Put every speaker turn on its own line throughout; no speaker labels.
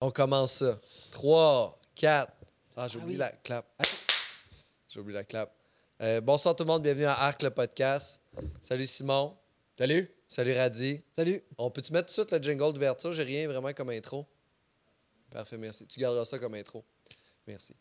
On commence ça. 3, 4. Ah, j'ai oublié
oui.
la clap. J'ai oublié la clap. Euh, bonsoir tout le monde, bienvenue à Arc le podcast. Salut Simon.
Salut.
Salut Radi.
Salut.
On peut-tu mettre tout de suite le jingle d'ouverture? J'ai rien vraiment comme intro. Parfait, merci. Tu garderas ça comme intro. Merci.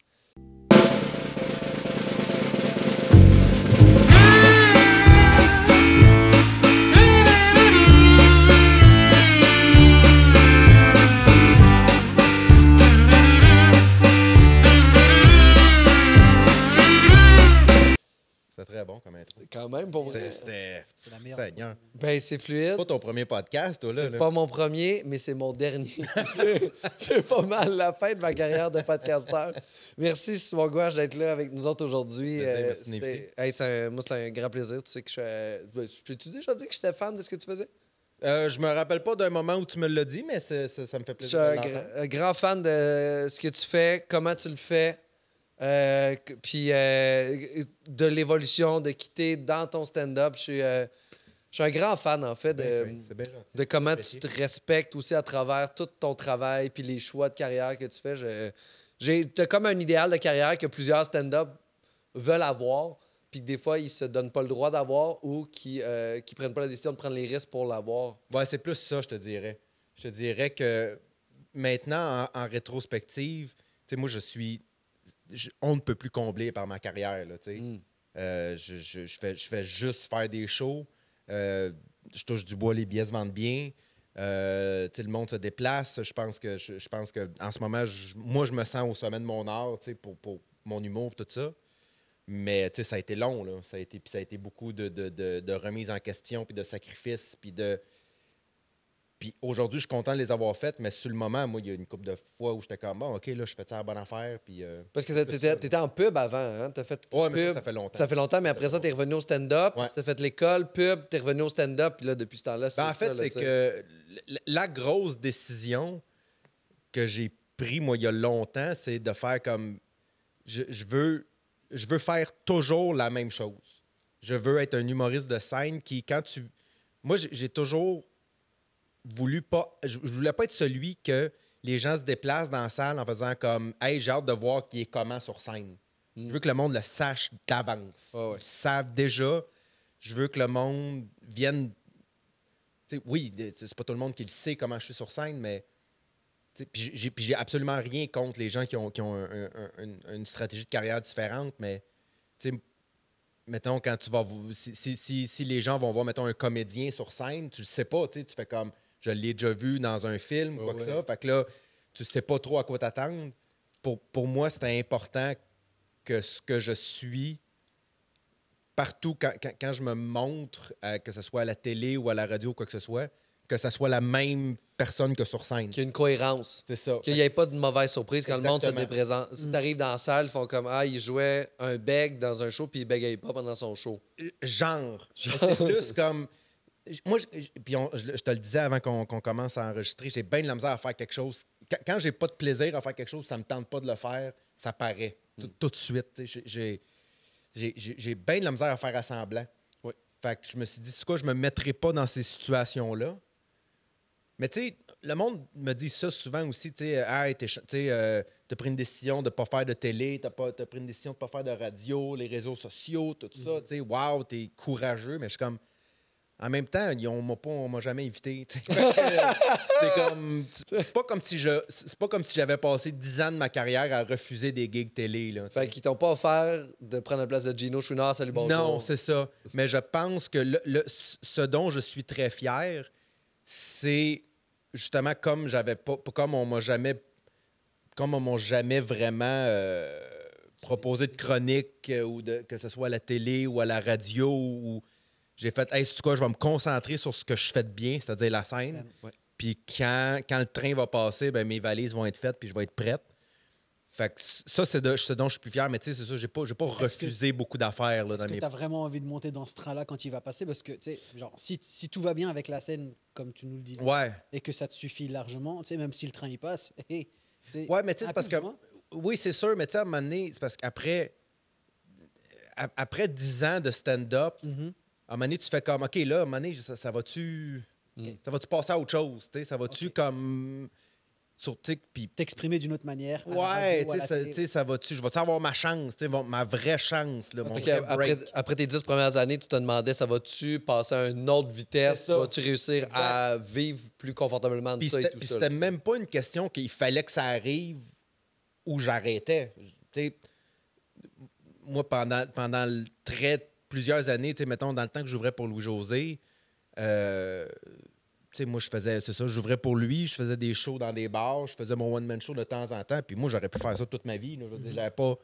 C'était très bon comme intro.
Quand même, pour
C'était-
vrai.
C'était.
C'est la merde.
Seigneur.
Ben, c'est
C'est
fluide.
pas ton premier podcast, toi, là.
C'est
là.
pas mon premier, mais c'est mon dernier. C'est- c'est pas mal la fin de ma carrière de podcasteur. Merci, Simon Gouache, d'être là avec nous autres aujourd'hui.
Plaisir,
Euh,
merci de m'inviter.
c'était- Hey, c'est un- moi, c'était un grand plaisir. Tu sais que je suis. euh, ben, je T'ai-tu déjà dit que j'étais fan de ce que tu faisais?
Euh, je me rappelle pas d'un moment où tu me l'as dit, mais c'est- c'est- ça me fait
Je suis
plaisir.
un,
de l'entendre.
gr- un grand fan de ce que tu fais, comment tu le fais, euh, que- puis euh, de l'évolution, de quitter dans ton stand-up. Je suis, euh, je suis un grand fan, en fait, de.
Oui, C'est bien gentil.
de comment tu
Apprécié.
te respectes aussi à travers tout ton travail puis les choix de carrière que tu fais. Je- J'ai t'as comme un idéal de carrière que plusieurs stand-up veulent avoir, puis que des fois ils se donnent pas le droit d'avoir ou qui euh, qui prennent pas la décision de prendre les risques pour l'avoir.
Ouais, c'est plus ça, je te dirais. Je te dirais que maintenant, en, en rétrospective, tu sais, moi, je suis. je- on ne peut plus combler par ma carrière, là, tu sais.
Mm.
Euh, je, je- je fais, je fais juste faire des shows. Euh, je touche du bois, les billets se vendent bien. Euh, tu sais, le monde se déplace. Je pense que, je, je pense que en ce moment, je- moi, je me sens au sommet de mon art tu sais, pour, pour mon humour tout ça. Mais tu sais, ça a été long. Là. Ça, a été, puis ça a été beaucoup de, de, de- de remises en question, puis de sacrifices, puis de. Puis aujourd'hui, je suis content de les avoir faites, mais sur le moment, moi, il y a une couple de fois où j'étais comme, bon, OK, là, je fais ça à la bonne affaire, puis. euh,
Parce que tu étais, en pub avant, hein? T'as fait
Ouais, mais ça,
pub.
ça fait longtemps.
Ça fait longtemps, mais après ça, t'es revenu au stand-up,
Ouais.
t'as fait l'école, pub, t'es revenu au stand-up, puis là, depuis ce temps-là, c'est
Ben,
ça,
en fait,
là,
c'est
tu sais.
que l- la grosse décision que j'ai prise, moi, il y a longtemps, c'est de faire comme. Je, je veux, je veux faire toujours la même chose. Je veux être un humoriste de scène qui, quand tu. Moi, j'ai- j'ai toujours voulu pas. Je, je voulais pas être celui que les gens se déplacent dans la salle en faisant comme Hey, j'ai hâte de voir qui est comment sur
Mm.
scène.
Ah
Je veux que le monde le sache d'avance.
Ouais, ouais.
Ils savent déjà. Je veux que le monde vienne tu sais, oui, de- c'est pas tout le monde qui le sait comment je suis sur scène, mais tu sais, puis j'ai- j'ai puis j'ai absolument rien contre les gens qui ont, qui ont un- un- un- une, une stratégie de carrière différente, mais tu sais, mettons, quand tu vas. vous- Si, si- si- si les gens vont voir, mettons, un comédien sur scène, tu le sais pas, tu sais, tu fais comme je l'ai déjà vu dans un film ou quoi
Ouais,
que
ouais.
ça. Fait que là, tu sais pas trop à quoi t'attendre. Pour, pour moi, c'était important que ce que je suis partout, quand, quand- quand je me montre, euh, que ce soit à la télé ou à la radio ou quoi que ce soit, que ça soit la même personne que sur scène.
Qu'il y a une cohérence.
C'est ça.
Qu'il n'y ait pas de mauvaise surprise quand le monde se
Exactement. Mm.
déprésente. Si t'arrives dans la salle, ils font comme Ah, il jouait un bec dans un show, puis il bégayait pas pendant son show.
genre. C'est plus comme. Moi, je, je- puis on- je, je te le disais avant qu'on qu'on commence à enregistrer, j'ai bien de la misère à faire quelque chose. Quand, quand j'ai pas de plaisir à faire quelque chose, ça me tente pas de le faire, ça paraît
Mm.
tout, tout de suite. tu sais. J'ai- j'ai- J'ai j'ai- j'ai bien de la misère à faire à semblant.
Oui.
Fait que je me suis dit, c'est quoi, je me mettrai pas dans ces situations-là. Mais tu sais, le monde me dit ça souvent aussi, tu sais, hey, t'es ch- tu sais, euh, t'as pris une décision de pas faire de télé, t'as pas- t'as pris une décision de pas faire de radio, les réseaux sociaux, tout ça, tu sais, wow, t'es courageux, mais je suis comme, en même temps, ils ont- on m'a pas- on m'a jamais invité. tu sais. c'est comme, c'est pas comme si je, c'est pas comme si j'avais passé 10 ans de ma carrière à refuser des gigs télé, là. tu sais.
Fait qu'ils t'ont pas offert de prendre la place de Gino Chouinard, salut bonjour.
Non, c'est ça. Mais je pense que le- le- ce dont je suis très fier, c'est justement comme j'avais pas, comme on m'a jamais, comme on m'a jamais vraiment euh, proposé de chronique euh, ou de que ce soit à la télé ou à la radio ou j'ai fait, hey, c'est quoi, je vais me concentrer sur ce que je fais de bien, c'est-à-dire la scène.
Scène,
ouais.
Puis quand, quand le train va passer, ben, mes valises vont être faites puis je vais être prête. Fait que ça, c'est de- ce dont je suis plus fier, mais tu sais, c'est ça, j'ai pas, j'ai pas
Est-ce que-
refusé beaucoup d'affaires là,
Est-ce
dans
que
mes
tu as vraiment envie de monter dans ce train-là quand il va passer Parce que, tu sais, genre, si, si tout va bien avec la scène, comme tu nous le disais,
Ouais.
et que ça te suffit largement, tu sais, même si le train y passe, hé, tu sais,
Ouais, mais tu sais, c'est parce que.
impulse-moi.
Oui, c'est sûr, mais tu sais, à un moment donné, c'est parce qu'après. a- Après 10 ans de stand-up,
Mhm.
à un moment donné, tu fais comme, OK, là, à un moment donné, ça, ça va-tu.
Mm.
Ça va-tu passer à autre chose? tu sais, Ça va-tu
Ok.
comme. sur TikTok, puis
T'exprimer d'une autre manière. à la
ouais, tu
radio, à
sais,
la
ça,
télé.
tu sais, ça va-tu, je vais-tu avoir ma chance, tu sais, va- ma vraie chance, là, mon
Ok,
vrai break.
après, après tes dix premières années, tu te demandais, ça va-tu passer à une autre vitesse?
C'est ça.
Vas-tu réussir à vivre plus confortablement de
Puis
ça et
c'était-
tout
puis
ça?
c'était
là,
même pas une question qu'il fallait que ça arrive où j'arrêtais. Tu sais, moi, pendant, pendant le- très, plusieurs années, tu sais, mettons, dans le temps que j'ouvrais pour Louis-José, euh, tu sais, moi, je faisais, c'est ça, j'ouvrais pour lui, je faisais des shows dans des bars, je faisais mon one-man show de temps en temps, puis moi, j'aurais pu faire ça toute ma vie. là. Je
Mm-hmm.
veux dire, j'avais pas...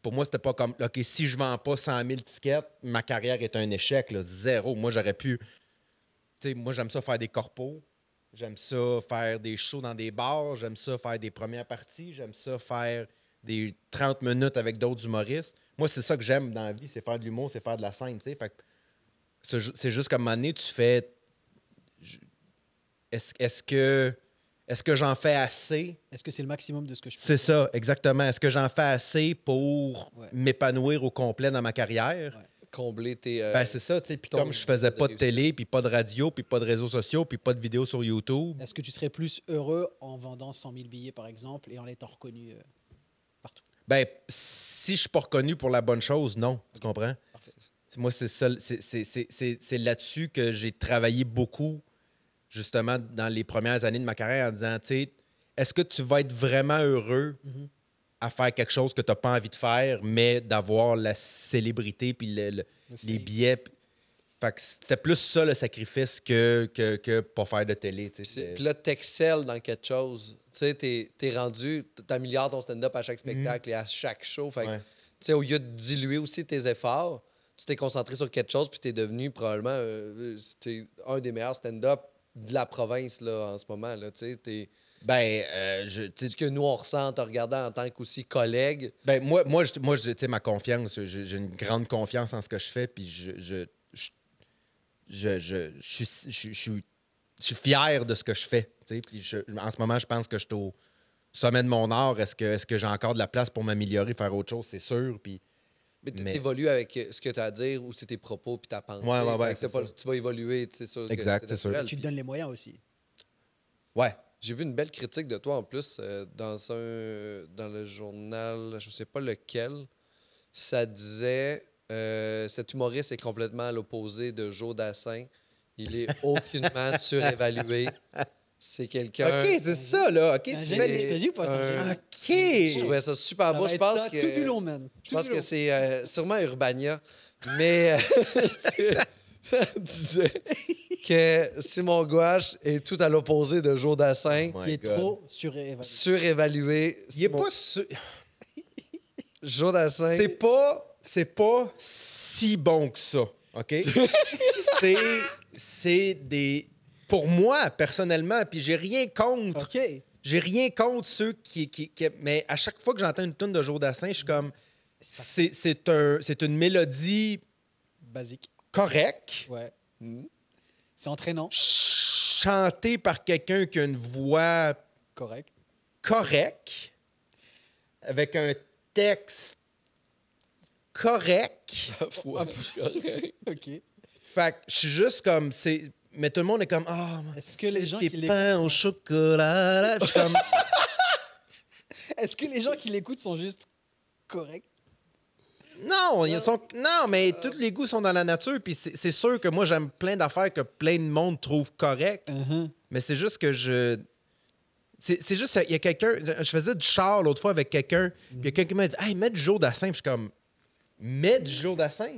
Pour moi, c'était pas comme, OK, si je vends pas 100 000 tickets, ma carrière est un échec, là, zéro. Moi, j'aurais pu... Tu sais, moi, j'aime ça faire des corpos. J'aime ça faire des shows dans des bars, j'aime ça faire des premières parties, j'aime ça faire des 30 minutes avec d'autres humoristes. Moi, c'est ça que j'aime dans la vie, c'est faire de l'humour, c'est faire de la scène, tu sais. Fait que c'est ju- c'est juste comme un moment donné, tu fais je- est-ce est-ce que est-ce que j'en fais assez
Est-ce que c'est le maximum de ce que je peux
C'est
faire?
ça, exactement. Est-ce que j'en fais assez pour
Ouais.
m'épanouir au complet dans ma carrière
Combler tes. euh,
Ben c'est ça, tu sais. Puis
ton-
comme je faisais pas de
de
télé, puis pas de radio, puis pas de réseaux sociaux, puis pas de vidéos sur YouTube,
Est-ce que tu serais plus heureux en vendant 100 000 billets, par exemple, et en étant reconnu euh, partout
Ben, si je suis pas reconnu pour la bonne chose, non. Tu comprends?
Parfait.
Moi, c'est ça- c'est- c'est- c'est- c'est- c'est là-dessus que j'ai travaillé beaucoup, justement, dans les premières années de ma carrière, en disant, tu sais, est-ce que tu vas être vraiment heureux
Mhm.
à faire quelque chose que tu n'as pas envie de faire, mais d'avoir la célébrité puis le- le-
Le
les
fame.
billets? puis- Fait que c'était plus ça le sacrifice que, que, que pas faire de télé. tu sais.
Puis c'est-
C'était-
Puis là, t'excelles dans quelque chose. Tu sais, t'es t'es rendu, t'améliores ton stand-up à chaque spectacle et à chaque show. Fait que,
Mhm. Ouais.
tu sais, au lieu de diluer aussi tes efforts, tu t'es concentré sur quelque chose, puis t'es devenu probablement euh, euh, t'es un des meilleurs stand-up de la province là, en ce moment. Là, tu sais, t'es-
Ben, euh, je, tu sais,
ce que nous, on ressent en te regardant en tant qu'aussi collègue.
Ben, moi, moi, je- moi je- tu sais, ma confiance, j'ai j'ai une grande confiance en ce que je fais, puis je, je, je, je, je- je suis, je, je suis- je suis fier de ce que je fais. tu sais, Puis je- en ce moment, je pense que je suis au sommet de mon art. Est-ce que, est que j'ai encore de la place pour m'améliorer, faire autre chose? C'est sûr. Puis
Mais tu
Mais-
évolues avec euh, ce que tu as à dire ou c'est tes propos puis ta pensée.
Ouais, ouais, ouais,
Fait que t'as
c'est
pas-
ça.
tu vas évoluer, c'est sûr. que
Exact, c'est sûr.
naturel.
Tu te donnes les moyens aussi.
ouais,
J'ai vu une belle critique de toi en plus euh, dans un dans le journal, je sais pas lequel. Ça disait euh, cet humoriste est complètement à l'opposé de Joe Dassin. Il est aucunement surévalué. C'est quelqu'un.
OK, c'est ça, là. OK,
C'est un
tu
génie,
fais
je te
les-
dis ou pas, c'est un
Euh,
génie?
ah,
Je
OK.
trouvais ça super
Ça
beau.
va
Je
être
pense
ça
que
tout du long, man.
je pense que c'est euh, sûrement Urbania, mais euh, tu disais que Simon Gouache est tout à l'opposé de Joe Dassin,
Oh my
Il est
God.
trop surévalué.
surévalué.
Il est
Simon-
pas su-
Joe Dassin.
C'est pas, c'est pas si bon que ça, OK? c'est, c'est des... Pour moi, personnellement, puis j'ai rien contre...
OK.
J'ai rien contre ceux qui, qui- qui- Mais à chaque fois que j'entends une tune de Joe Dassin, je suis comme...
C'est pas
C'est, c'est un, c'est une mélodie
basique.
correcte,
Ouais.
Hmm.
Mhm.
C'est entraînant.
chantée par quelqu'un qui a une voix
Correct.
correcte, avec un texte correct...
Foi.
OK.
Fait que je suis juste comme. c'est Mais tout le monde est comme. Ah,
Est-ce que les gens
tes
qui
pains au
l'écoutent sont...
chocolat. là. Je suis comme.
Est-ce que les gens qui l'écoutent sont juste corrects?
non, ils sont... non,
Euh.
mais tous les goûts sont dans la nature. Puis c'est c'est sûr que moi, j'aime plein d'affaires que plein de monde trouve correctes. Mais c'est juste que je. C'est c'est juste, il y a quelqu'un. Je faisais du char l'autre fois avec quelqu'un. Puis il y a quelqu'un qui m'a dit Hey, mets du jour d'assin. Puis je suis comme Mets du jour d'assin.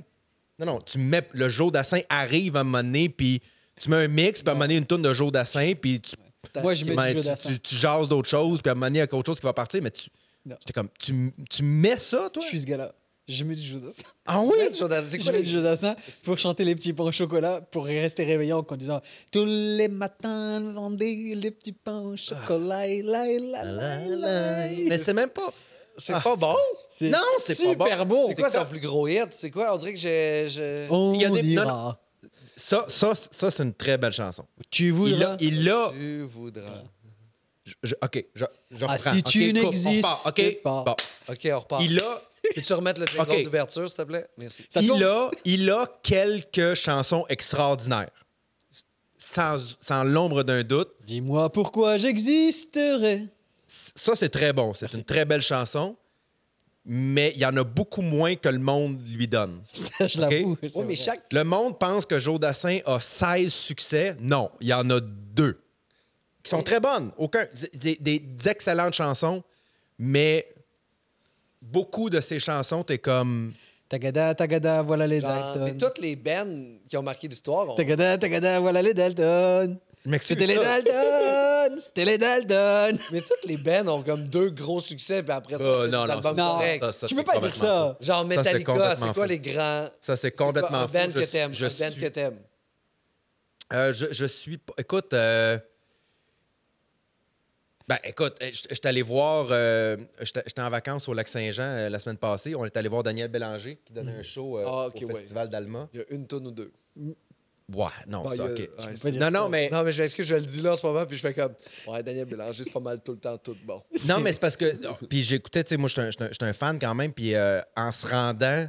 Non, non, tu mets. Le jour d'assin arrive à un moment donné. Puis tu mets un mix. Puis à un moment donné, une tourne de jour d'assin. Puis tu,
Moi, je mets
Ben,
du
tu,
Jodassin.
tu- tu jases d'autres choses, puis à un moment donné, il y a quelque chose qui va partir, mais tu.
Non.
J'étais comme, tu, tu mets ça, toi?
Je suis ce gars-là. Je mets du Jodassin.
Ah oui?
Joe Dassin, c'est
Je
quoi
mets
les-
du Jodassin pour chanter les petits pains au chocolat, pour rester réveillant en disant « Tous les matins, nous vendez les petits pains au chocolat, la, la, la, la.
Mais c'est même pas.
C'est
Ah.
pas bon.
C'est
Non, Oh, c'est Oh. pas bon.
super beau.
C'est quoi son plus gros hit? C'est quoi? On dirait que j'ai. je-
On
Il y a des- non,
ira.
Ça, ça, ça c'est une très belle chanson.
Tu
Il
voudras...
a. Il a
Tu voudras.
je- je- ok, je, je
Ah,
reprends.
si
Ok,
tu
coupe, on repart,
n'existais
ok?
pas.
Bon.
Ok, on repart.
Il a.
Peux-tu remettre le jingle
Ok.
d'ouverture, s'il te plaît? Merci.
Ça tourne.
il, a, il a quelques chansons extraordinaires. Sans, sans l'ombre d'un doute.
Dis-moi pourquoi j'existerai.
Ça, c'est très bon.
Ah,
C'est une très belle chanson, mais il y en a beaucoup moins que le monde lui donne.
Ça, je l'avoue.
Ok.
c'est
Oui, mais
vrai.
chaque.
Le monde pense que Joe Dassin a 16 succès. Non, il y en a deux qui sont très bonnes. Aucun, des, des- des excellentes chansons, mais beaucoup de ces chansons, t'es comme.
Tagada, tagada, voilà les
genre, mais
Dalton.
toutes les bands qui ont marqué l'histoire ont.
Tagada, tagada, voilà les Dalton.
Je m'excuse.
C'était les
ça.
Dalton! C'était les Dalton!
Mais toutes les bands ont comme deux gros succès, puis après ça,
Euh,
c'est des
non, non,
albums
ça,
Non.
corrects.
Ça, ça,
tu
c'est
peux pas dire
complètement
ça.
Genre
c'est
Metallica,
complètement
c'est quoi
faux.
les grands.
Ça, c'est
C'est quoi
complètement
un band
faux.
que
Je-
t'aimes.
je
Un band
suis-
que t'aimes.
Euh, je, je suis. pas- Écoute. euh, Ben, écoute, euh, j'étais j'étais allé voir. euh, J'étais j'étais en vacances au Lac-Saint-Jean euh, la semaine passée. On est allé voir Daniel Bélanger qui donnait un show euh,
Ah, ok,
au
ouais.
Festival d'Alma.
Il y a une tonne ou deux.
Ouais, non,
Bah,
ça,
il y a-
ok.
ouais,
Je-
c'est-
non, non, mais,
Non, mais je m'excuse, je le dis là en ce moment, puis je fais comme. Ouais, Daniel Bélanger, c'est pas mal tout le temps, tout bon.
non, mais c'est parce que. non, Puis j'écoutais, tu sais, moi, j'étais un- j'étais un, j'étais un fan quand même. Puis euh, en se rendant,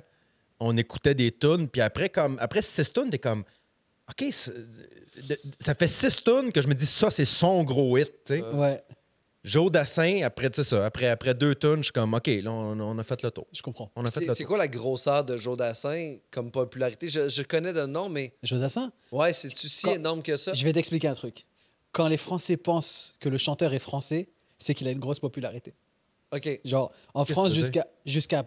on écoutait des tunes. Puis après, comme, après six tunes, t'es comme. OK, c'est- de- ça fait six tunes que je me dis, ça, c'est son gros hit, tu sais.
Ouais,
Joe Dassin, après, tu sais ça, après, après deux tonnes, je suis comme, OK, là, on, on a fait le tour.
je comprends.
On a fait
C'est
le
c'est
tour.
quoi la grosseur de Joe Dassin comme popularité? Je, je connais de nom, mais
Jodassin,
ouais, c'est-tu si
Quand-
énorme que ça?
je vais t'expliquer un truc. Quand les Français pensent que le chanteur est français, c'est qu'il a une grosse popularité.
OK.
Genre, en
Qu'est-ce
France,
que c'est?
jusqu'à jusqu'à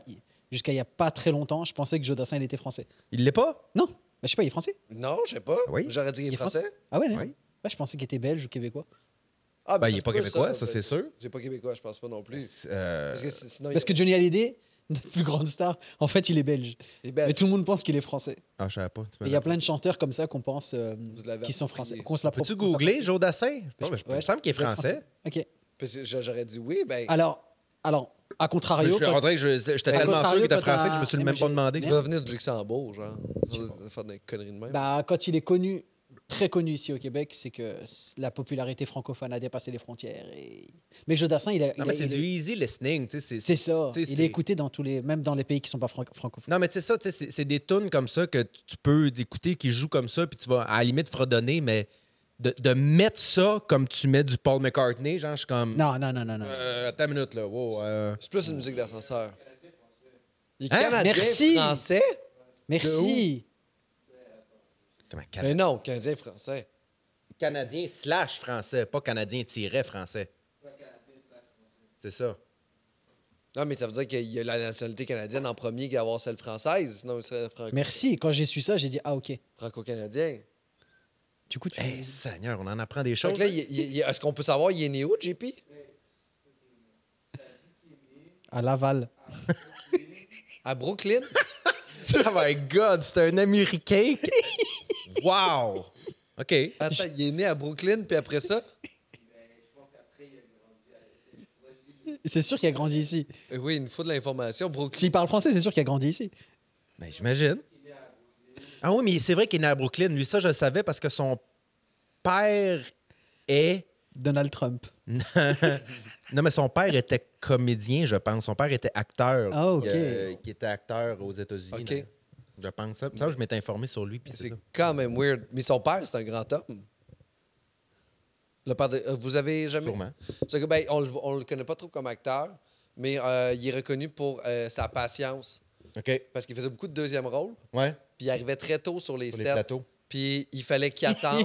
jusqu'à il n'y a pas très longtemps, je pensais que Jodassin, il était français.
Il l'est pas?
Non, bah, je sais pas, il est français.
Non, je sais pas.
Oui.
J'aurais dit qu'il
Il
est
est
français.
Ah ouais, mais
Oui.
ouais, je pensais qu'il était belge ou québécois.
Ah,
Ben,
mais
il
ça
est
se
pas
peut,
québécois, ça, c'est sûr.
C'est pas québécois, je pense pas non plus.
Euh,
Parce que c'est- sinon,
Parce
il,
que Johnny Hallyday, notre plus grande star, en fait, il est belge.
il est
Mais
belge.
tout le monde pense qu'il est français.
Ah, je savais pas. Tu
Et il y a plein de chanteurs comme ça qu'on pense euh,
l'avez
qui sont
approprié.
français. Qu'on se l'approprie-
Peux-tu
qu'on
googler Joe Dassin? Non,
s'approprie-
mais je
Ouais,
me semble qu'il est
je vais être
français.
Ok.
Parce que j'a- J'aurais dit oui, ben.
Alors, alors, à
Mais Je
contrario,
suis
quand-
rentré que je- j'étais
Ben,
tellement
quand
sûr qu'il était
t'arrives, quand
français que je me suis
t'as-
même pas
Mais-
demandé.
Il doit venir du Luxembourg, genre. Ça doit Faire des conneries de même.
Ben-
bah, quand il est connu, très connu ici au Québec, c'est que s- la popularité francophone a dépassé les frontières. et- Mais Jodassin, il a, il
Non,
a-
mais c'est
il
du
est-
easy listening, tu sais. c'est-
c'est ça.
tu sais,
Il
c'est-
est écouté dans tous les, même dans les pays qui sont pas fran- francophones.
Non, mais tu sais ça, tu sais, c'est c'est des tunes comme ça que tu peux écouter, qui jouent comme ça, puis tu vas à la limite fredonner, mais de, de mettre ça comme tu mets du Paul McCartney, genre, je suis comme.
Non, non, non, non, non.
Mm. Euh, attends une minute, là. Wow, euh,
C'est plus une musique d'ascenseur. Il est
Hein?
canadien
Merci.
français?
Merci.
comment-
Mais Euh, non, canadien français.
Canadien slash français, pas Canadien tiret français. C'est ça.
Non, mais ça veut dire qu'il y a la nationalité canadienne en premier qui va avoir celle française, sinon il serait franco-
Merci. Quand j'ai su ça, j'ai dit ah ok.
franco-canadien.
Du coup, tu.
Hey, Seigneur, on en apprend des
Donc
choses.
là, il- il- il- est-ce qu'on peut savoir, il est né où, JP?
À Laval.
À Brooklyn?
oh my God, c'est un Américain. qui- wow. OK.
Attends, il est né à Brooklyn, puis après ça?
C'est sûr qu'il a grandi ici.
Eh oui, il nous faut de l'information. Brooklyn.
S'il parle français, c'est sûr qu'il a grandi ici.
Ben, j'imagine. Ah oui, mais c'est vrai qu'il est né à Brooklyn. Lui, ça, je le savais parce que son père est...
Donald Trump.
Non, mais son père était comédien, je pense. Son père était acteur.
Ah, OK.
Euh, qui était acteur aux États-Unis.
OK. Ah,
là. Je pense ça. Ça, je m'étais informé sur lui. puis c'est
C'est
ça.
quand même weird. Mais son père, c'est un grand homme. Le père de- euh, Vous avez jamais.
Sûrement.
C'est que, ben, on, le, on le connaît pas trop comme acteur, mais euh, il est reconnu pour euh, sa patience.
OK.
Parce qu'il faisait beaucoup de deuxième rôle,
Ouais,
puis il arrivait très tôt sur les
sur les
sets.
plateaux.
Puis il fallait qu'il attende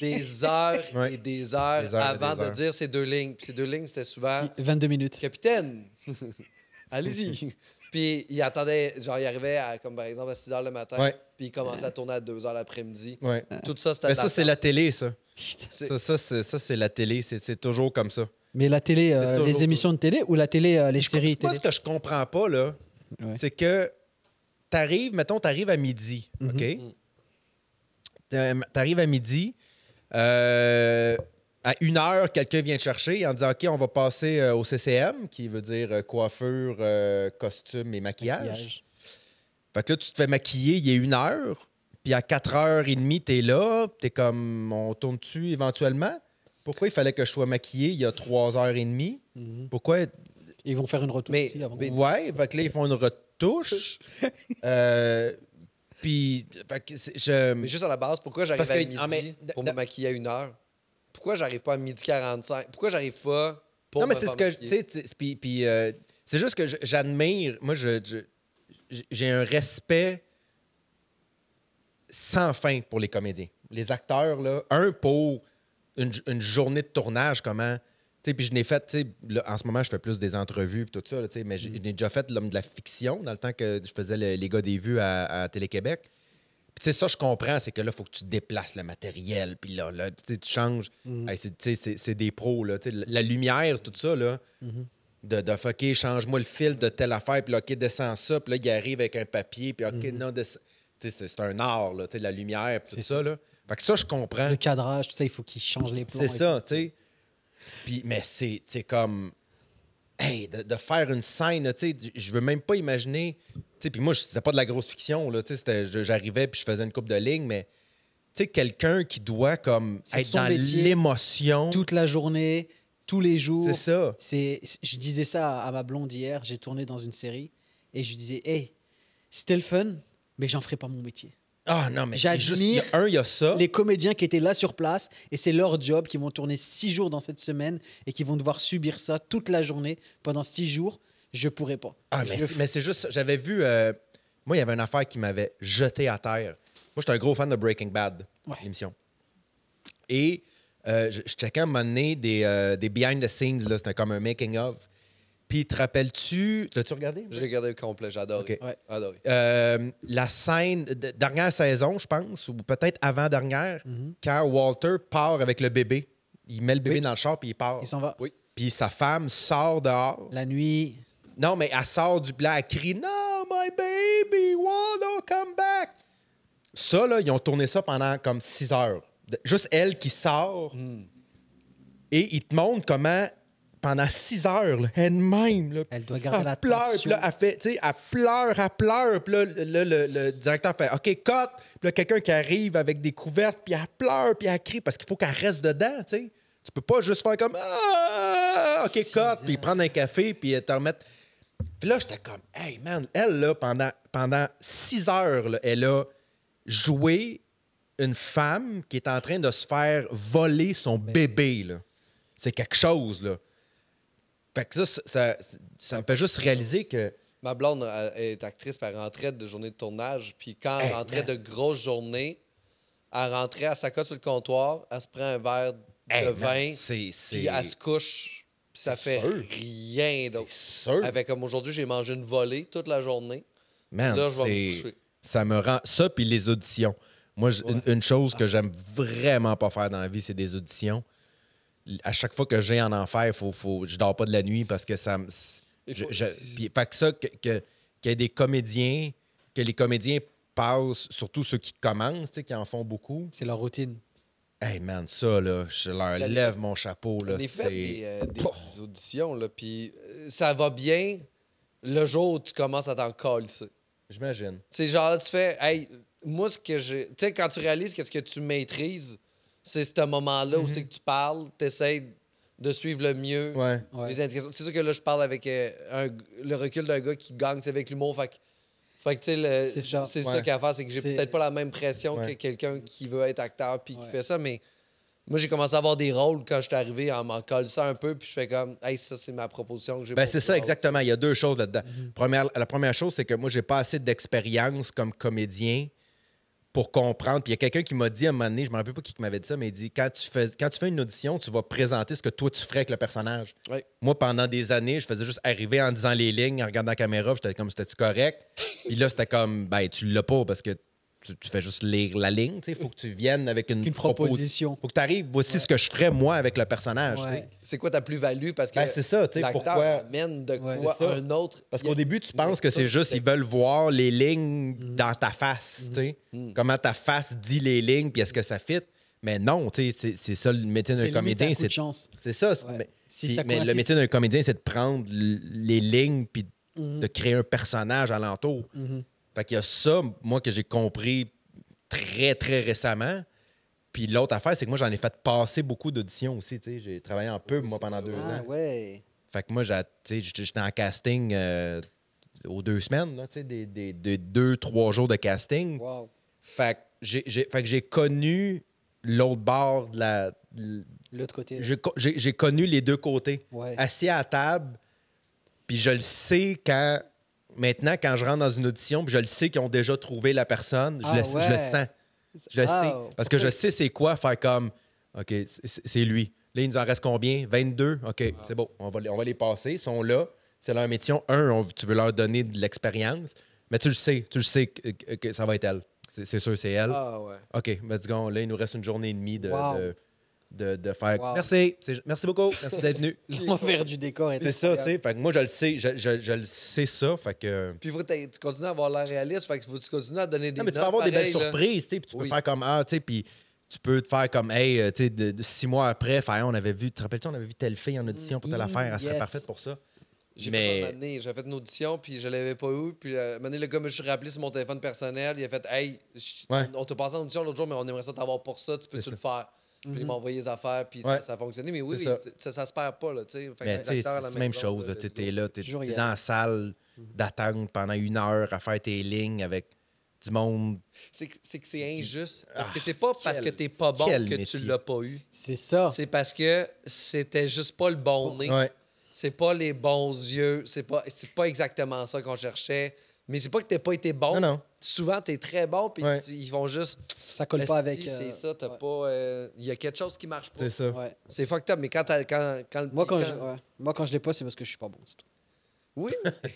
des heures
Ouais.
et des heures,
Des heures et
avant
des
de
heures.
dire ces deux lignes. Puis ces deux lignes, c'était souvent
22 minutes.
Capitaine, allez-y. puis il attendait, genre, il arrivait à, comme par exemple à 6 h le matin,
Ouais.
puis il commençait à tourner à 2 h l'après-midi.
Ouais.
Tout ça, c'était
Mais
de
ça, c'est
l'attente.
la télé, ça.
Euh, C'est-
Ça, ça, c'est, ça, c'est la télé. C'est, c'est toujours comme ça.
Mais la télé, euh,
C'est toujours
les émissions de télé ou la télé, euh, les séries
Moi,
télé
ce que je comprends pas, là,
Ouais.
c'est que t'arrives, mettons, t'arrives à midi,
Mhm.
OK? T'a- T'arrives à midi, euh, à une heure, quelqu'un vient te chercher en disant, OK, on va passer euh, au CCM, qui veut dire euh, coiffure, euh, costume et maquillage.
Maquillage.
Fait que là, tu te fais maquiller, il est une heure, puis à 4h30, t'es là, t'es comme, on tourne dessus éventuellement. Pourquoi il fallait que je sois maquillé il y a 3h30?
Mhm.
Pourquoi...
Ils vont faire une retour
Mais-
aussi hein, avant.
mais-
Ouais, fait que là, ils font une retouche. Euh, puis, fait que c'est-
Mais
je...
juste à la base, pourquoi j'arrive
Parce que-
à midi
ah, mais-
pour me
d-
maquiller à une heure? Pourquoi j'arrive pas à midi 45? Pourquoi j'arrive pas pour
non, mais
me
c'est ce
faire
que. je- tu
maquiller.
sais, tu sais, Puis, puis, euh, c'est juste que je- j'admire. Moi, je, je- j'ai un respect sans fin pour les comédiens. Les acteurs, là, un pour une, une journée de tournage, comment. Tu sais, puis je n'ai fait, tu sais, là, en ce moment, je fais plus des entrevues et tout ça, là, tu sais, mais
Mm.
j'ai- je n'ai déjà fait l'homme de la fiction dans le temps que je faisais le- les gars des vues à, à Télé-Québec. Puis, tu sais, ça, je comprends, c'est que là, il faut que tu déplaces le matériel, puis là, là, tu sais, tu changes. Hey, c'est- tu sais, c'est c'est des pros, là. Tu sais, la lumière, tout ça, là. De, de fuck, OK, change-moi le fil de telle affaire, puis là, OK, descends ça, puis là, il arrive avec un papier, puis OK, non, descends. Tu sais, c'est c'est un art, là, tu sais, la lumière, puis tout
C'est
ça, là. Fait que ça, je comprends.
Le cadrage, tout ça, il faut qu'il change les plans.
C'est
et
ça, tu sais. Puis, mais c'est c'est comme. Hey, de, de faire une scène, là, tu sais, j- je veux même pas imaginer. Tu sais, puis moi, je- c'était pas de la grosse fiction, là, tu sais, c'était- je- j'arrivais puis je faisais une coupe de lignes, mais tu sais, quelqu'un qui doit comme
C'est
être
son
dans
métier.
l'émotion.
toute la journée, tous les jours.
C'est ça.
C'est, je disais ça à ma blonde hier, j'ai tourné dans une série et je lui disais, hey, c'était le fun, mais j'en ferai pas mon métier.
Ah non, mais
J'admire
juste, il y a un, il y a ça.
Les comédiens qui étaient là sur place, et c'est leur job, qui vont tourner six jours dans cette semaine et qui vont devoir subir ça toute la journée pendant six jours, je pourrais pas.
Ah,
Je
mais,
le
c'est- mais c'est juste, j'avais vu, euh, moi, il y avait une affaire qui m'avait jeté à terre. Moi, j'étais un gros fan de Breaking Bad,
Ouais.
l'émission. Et euh, je, je checkais à un moment donné des, euh, des behind the scenes, là, c'était comme un making of. Puis, te rappelles-tu, l'as-tu regardé?
Je l'ai gardé complet, j'ai adoré.
Ok.
Ouais.
Adoré.
Euh, la scène, de- dernière saison, je pense, ou peut-être avant-dernière, quand Walter part avec le bébé. Il met le bébé
Mhm. Oui.
dans le char, puis il part.
Il s'en va.
Oui.
Puis sa femme sort dehors.
La nuit,
Non, mais elle sort du plat, elle crie No, my baby, Waldo, come back. Ça, là, ils ont tourné ça pendant comme six heures. De- Juste elle qui sort.
Hmm.
Et ils te montrent comment, pendant six heures, là, elle-même, là,
Elle doit garder la
pleure,
tension.
puis là, elle fait, tu sais, elle pleure, elle pleure, puis là, le, le- le- le directeur fait OK, cut. Puis là, quelqu'un qui arrive avec des couvertes, puis elle pleure, puis elle crie, parce qu'il faut qu'elle reste dedans, tu sais. Tu peux pas juste faire comme Ah, OK,
Six
cut,
heures.
puis prendre un café, puis euh, te remettre. Puis là, j'étais comme, hey man, elle, là, pendant, pendant six heures, là, elle a joué une femme qui est en train de se faire voler son bébé, là. C'est quelque chose, là. Fait que ça, ça, ça, ça me fait juste réaliser que.
Ma blonde elle est actrice, puis elle rentrait de journée de tournage. Puis quand
Hey,
elle rentrait de
man.
grosses journées, elle rentrait, elle s'accote sur le comptoir, elle se prend un verre
hey,
de
man,
vin,
c'est. c'est-
puis elle se couche, puis ça fait
sûr.
rien d'autre.
sûr.
Avec comme aujourd'hui, j'ai mangé une volée toute la journée.
Man,
Là, je vais me
c'est-
coucher.
Ça me rend. Ça, puis les auditions. Moi, j- une, une chose que j'aime vraiment pas faire dans la vie, c'est des auditions. L- À chaque fois que j'ai en enfer, faut, faut, je dors pas de la nuit parce que ça me.
Il
je-
faut-
je- puis, fait que ça, que- que- qu'il y ait des comédiens, que les comédiens passent, surtout ceux qui commencent, tu sais, qui en font beaucoup.
c'est leur routine.
Hey man, ça, là, je leur
La-
lève mon chapeau. Là,
On est fait
c'est-
des, euh, des
Pouh!
auditions, là, puis euh, ça va bien le jour où tu commences à t'en calisser.
J'imagine.
C'est genre, là, tu fais, hey, moi, ce que j'ai. Tu sais, quand tu réalises que ce que tu maîtrises, c'est ce moment-là où c'est que tu parles, tu essaies de suivre le mieux
Mhm. Ouais.
Ouais.
les indications. C'est sûr que là, je parle avec euh, un- le recul d'un gars qui gagne, c'est avec l'humour. Fait que, fait que, tu sais, le-
C'est ça.
c'est
Ouais.
ça qu'il y a à faire, c'est que j'ai
C'est-
peut-être pas la même pression que
Ouais.
quelqu'un qui veut être acteur puis
Ouais.
qui fait ça, mais. Moi, j'ai commencé à avoir des rôles quand je suis arrivé en m'en ça un peu, puis je fais comme, hey, ça, c'est ma proposition que j'ai
Ben,
pour
c'est
ce
ça,
rôle.
exactement. Il y a deux choses là-dedans. Première- la première chose, c'est que moi, j'ai pas assez d'expérience comme comédien pour comprendre. Puis il y a quelqu'un qui m'a dit à un moment donné, je me rappelle pas qui qui m'avait dit ça, mais il dit quand tu, fais, quand tu fais une audition, tu vas présenter ce que toi tu ferais avec le personnage.
Ouais.
Moi, pendant des années, je faisais juste arriver en disant les lignes, en regardant la caméra, puis j'étais comme c'était-tu correct? Puis là, c'était comme ben tu l'as pas parce que tu, tu fais juste lire la ligne. Il faut que tu viennes avec une,
Qu'une proposition.
Faut que tu arrives, voici ce que je ferais moi avec le personnage. tu sais.
Ouais.
C'est quoi ta plus-value? Parce que
Ben, c'est ça, tu sais,
l'acteur
pourquoi-
amène de
Ouais.
quoi
C'est ça.
un autre.
Parce
Il y
qu'au
a-
début, tu penses que c'est juste, ils veulent voir les lignes dans ta face,
Mm.
tu sais. Comment ta face dit les lignes, puis est-ce que ça fit. Mais non, tu sais, c'est- c'est ça le métier d'un
C'est
comédien.
c'est
C'est
chance.
c'est ça. c'est-
Ouais.
Mais,
Si
puis-
ça
mais le
coïncide-
métier d'un comédien, c'est de prendre l- les lignes, puis
Mm-hmm.
de créer un personnage alentour. Fait qu'il y a ça, moi, que j'ai compris très, très récemment. Puis l'autre affaire, c'est que moi, j'en ai fait passer beaucoup d'auditions aussi, tu sais. J'ai travaillé en pub, moi, pendant deux ans.
hein.
Ah ouais.
Fait que moi, j'a- tu sais, j'étais j'étais en casting euh, aux deux semaines, là, tu sais, des, des- des deux, trois jours de casting.
Wow.
Fait que j'ai- j'ai fait que j'ai connu l'autre bord de la, de
L'autre côté.
J'ai co- J'ai j'ai connu les deux côtés.
Ouais.
Assis à la table, puis je le sais quand. Maintenant, quand je rentre dans une audition, puis je le sais qu'ils ont déjà trouvé la personne, je,
Ah
le, je le
ouais.
sens. Je le
Ah,
sais. Parce que je sais c'est quoi faire comme OK, c'est c'est lui. Là, il nous en reste combien? 22? OK, c'est beau. On va, les- on va les passer. Ils sont là. C'est leur métier. Un, on- tu veux leur donner de l'expérience, mais tu le sais. Tu le sais que, que- que ça va être elle. C'est c'est sûr, c'est elle.
Ah ouais.
OK, ben, dis donc, là, il nous reste une journée et demie de,
Wow.
de, de- de faire.
Wow.
Merci. C'est- Merci beaucoup. Merci d'être venu.
L'envers du décor est
C'est ça, tu sais. Fait que moi, je le sais. Je, je- je le sais ça. Fait que.
Puis vous, t'as- tu continues à avoir l'air réaliste, fait que faut- tu continues à donner des
Non, mais tu peux
notes
avoir des
pareilles,
belles
là.
surprises, tu sais, puis tu peux
Oui.
faire comme ah, tu sais, puis tu peux te faire comme hey, euh, tu sais, de- de- six mois après, faire, Hey, on avait vu, te rappelles-tu, on avait vu telle fille en audition pour telle
Mm,
affaire, elle serait
yes.
parfaite pour ça.
J'ai fait ça
mais
une année. J'avais fait une audition, puis je l'avais pas eu. Puis euh, un moment donné, le gars me je suis rappelé sur mon téléphone personnel. Il a fait Hey, je-
Ouais.
on, on t'a passé en audition l'autre jour, mais on aimerait ça t'avoir pour ça. Tu peux-tu
C'est
le faire? Puis
Mhm.
il m'a envoyé les affaires, puis
Ouais.
ça, ça a fonctionné. Mais oui,
C'est
oui,
ça.
ça. ça, se perd pas. Là, tu sais. Fait que
mais
les
tu sais,
acteurs,
c'est
à la
la même
maison, euh,
chose,
là,
tu sais,
let's
t'es
go.
là, t'es
Toujours
t'es
y
dans la salle
Mm-hmm.
d'attente pendant une heure à faire tes lignes avec du monde.
C'est que c'est que c'est injuste. Parce
Ah,
que c'est pas parce que
quel-
t'es pas bon que
quel métier.
tu l'as pas eu.
C'est ça.
C'est parce que c'était juste pas le bon nez.
Ah. Ouais.
C'est pas les bons yeux. C'est pas, c'est pas exactement ça qu'on cherchait. Mais c'est pas que t'as pas été bon.
Non, non.
Souvent, t'es très bon, puis
Ouais.
tu- ils vont juste.
Ça colle
Esti,
pas avec. euh,
C'est ça, t'as
ouais.
pas. euh, Il y a quelque chose qui marche pas.
C'est ça.
Ouais.
C'est fucked up, mais quand, t'as- quand, quand le-
Moi, quand, je, ouais. Moi, quand je l'ai pas, c'est parce que je suis pas bon. c'est tout.
Oui,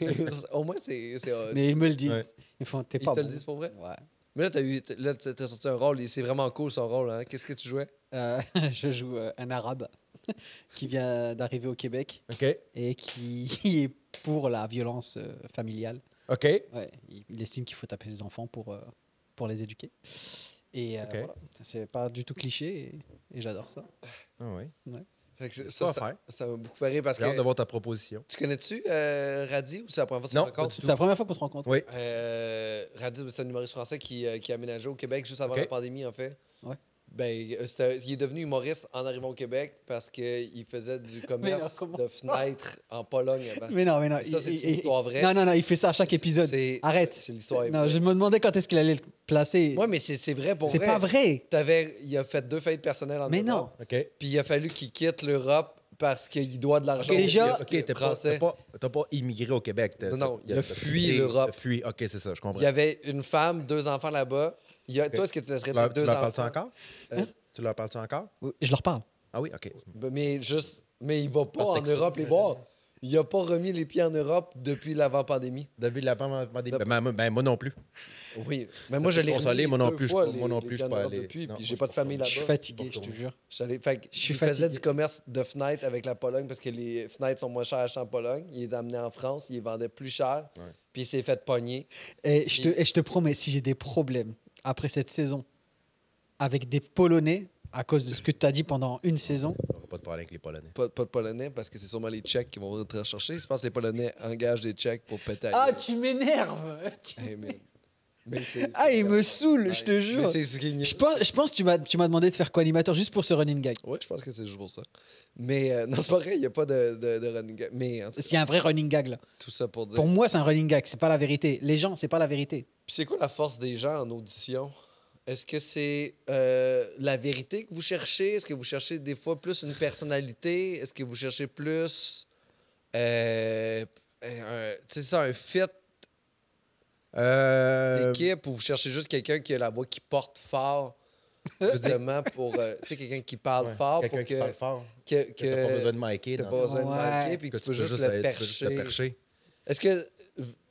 au moins, c'est. c'est, euh,
Mais ils me le disent.
Ouais.
Ils font, t'es
Ils
pas
te le
bon.
disent pour vrai?
Ouais.
Mais là, t'as eu- t'as- là, t'as- t'as sorti un rôle, et c'est vraiment cool son rôle. Hein? Qu'est-ce que tu jouais?
Euh, je joue euh, un arabe qui vient d'arriver au Québec
OK.
et qui est pour la violence euh, familiale.
OK.
Ouais, il, il estime qu'il faut taper ses enfants pour, euh, pour les éduquer. Et euh,
Ok.
voilà, c'est pas du tout cliché et, et j'adore ça.
Ah ouais.
Fait que c'est-
Pas
ça,
à
ça,
faire.
ça m'a beaucoup fait rire parce
J'ai hâte de
que.
voir ta proposition.
Tu connais-tu euh, Radi ou c'est la première fois que tu
Non,
te rencontres?
pas du
C'est la première fois qu'on se rencontre.
Oui.
Euh, Radis, c'est un humoriste français qui, euh, qui a aménagé au Québec juste avant
Ok.
la pandémie, en fait.
Ouais.
Ben, euh, c'était- il est devenu humoriste en arrivant au Québec parce qu'il faisait du
alors,
commerce
comment-
de fenêtres en Pologne avant.
Mais non, mais non.
Ça, c'est
il-
une
il-
histoire vraie.
Non, non, non, il fait ça à chaque
C'est-
épisode.
c'est-
Arrête.
C'est l'histoire.
Non, je me demandais quand est-ce qu'il allait le placer.
Oui, mais c'est c'est vrai pour
c'est
vrai.
pas vrai.
T'avais- il a fait deux faillites personnelles en
Mais
Europe,
non.
OK.
Puis il a fallu qu'il quitte l'Europe parce qu'il doit de l'argent.
Ok, déjà-
au
OK, t'es pas,
français.
t'as pas, t'as pas immigré au Québec. t'as-
Non, non,
t'as-
il a
t'as
fui
t'as-
l'Europe.
t'as Fui. OK, c'est ça, je comprends.
Il y avait une femme, deux enfants là-bas. Il y a- Toi, est-ce que tu laisserais
Tu
tes
leur tu
ben, deux
leur parles-tu
enfants?
encore? Euh,
Hein?
Tu leur parles-tu encore?
Je leur parle.
Ah oui, OK.
Ben, Mais juste, mais il va pas
Par
en
texto.
Europe les voir. Il a pas remis les pieds en Europe depuis l'avant-pandémie.
David Lapin m'a dit.
Yep.
Ben, ben, ben, moi non plus.
Oui, mais moi je l'ai
consolé,
remis
moi non
deux
plus, je
fois,
suis pas- moi
les-
non
les
plus, je
pieds en
suis pas
Europe
allé.
depuis,
Non,
puis
moi,
j'ai
je
pas de
suis pas
famille
Je
là-bas.
suis fatigué, je te
retourner.
jure.
J'allais, fait que
Je suis
il faisait
fatigué.
du commerce de fenêtres avec la Pologne parce que les fenêtres sont moins chères à acheter en Pologne. Il les amenait en France, il les vendait plus cher,
Ouais.
puis il s'est fait pogner.
Et je te, et je te promets, si j'ai des problèmes après cette saison avec des Polonais à cause de ce que tu as dit pendant une saison,
On va pas de problème avec les Polonais.
Pas, pas de Polonais parce que c'est sûrement les Tchèques qui vont te rechercher. Je pense que les Polonais engagent des Tchèques pour péter. à gueule.
Ah, tu m'énerves
Hey, mais- mais c'est- c'est-
Ah, il me saoule, je te
Mais
jure
c'est ce qui est niaiseux.
Je pense, je pense que tu m'as tu m'as demandé de faire co-animateur juste pour ce running gag.
Oui, je pense que c'est juste pour ça. Mais euh, non, c'est pas vrai, il n'y a pas de, de, de running gag. Mais en tout,
Parce qu'il y a un vrai running gag là.
tout ça pour dire.
Pour moi, c'est un running gag, c'est pas la vérité. Les gens, c'est pas la vérité.
Puis c'est quoi la force des gens en audition? Est-ce que c'est euh, la vérité que vous cherchez? Est-ce que vous cherchez des fois plus une personnalité? Est-ce que vous cherchez plus. euh, un- tu sais, ça, un fit
Euh,
d'équipe ou vous cherchez juste quelqu'un qui a la voix qui porte fort? Justement, pour. euh, tu sais, quelqu'un qui parle
ouais,
fort
quelqu'un
pour
qui
que.
parle fort.
que, que
Que t'as pas besoin de miker.
t'as
dans-
pas besoin de
Ouais.
manquer, puis que, tu peux juste, le
tu peux juste
percher. Est-ce que,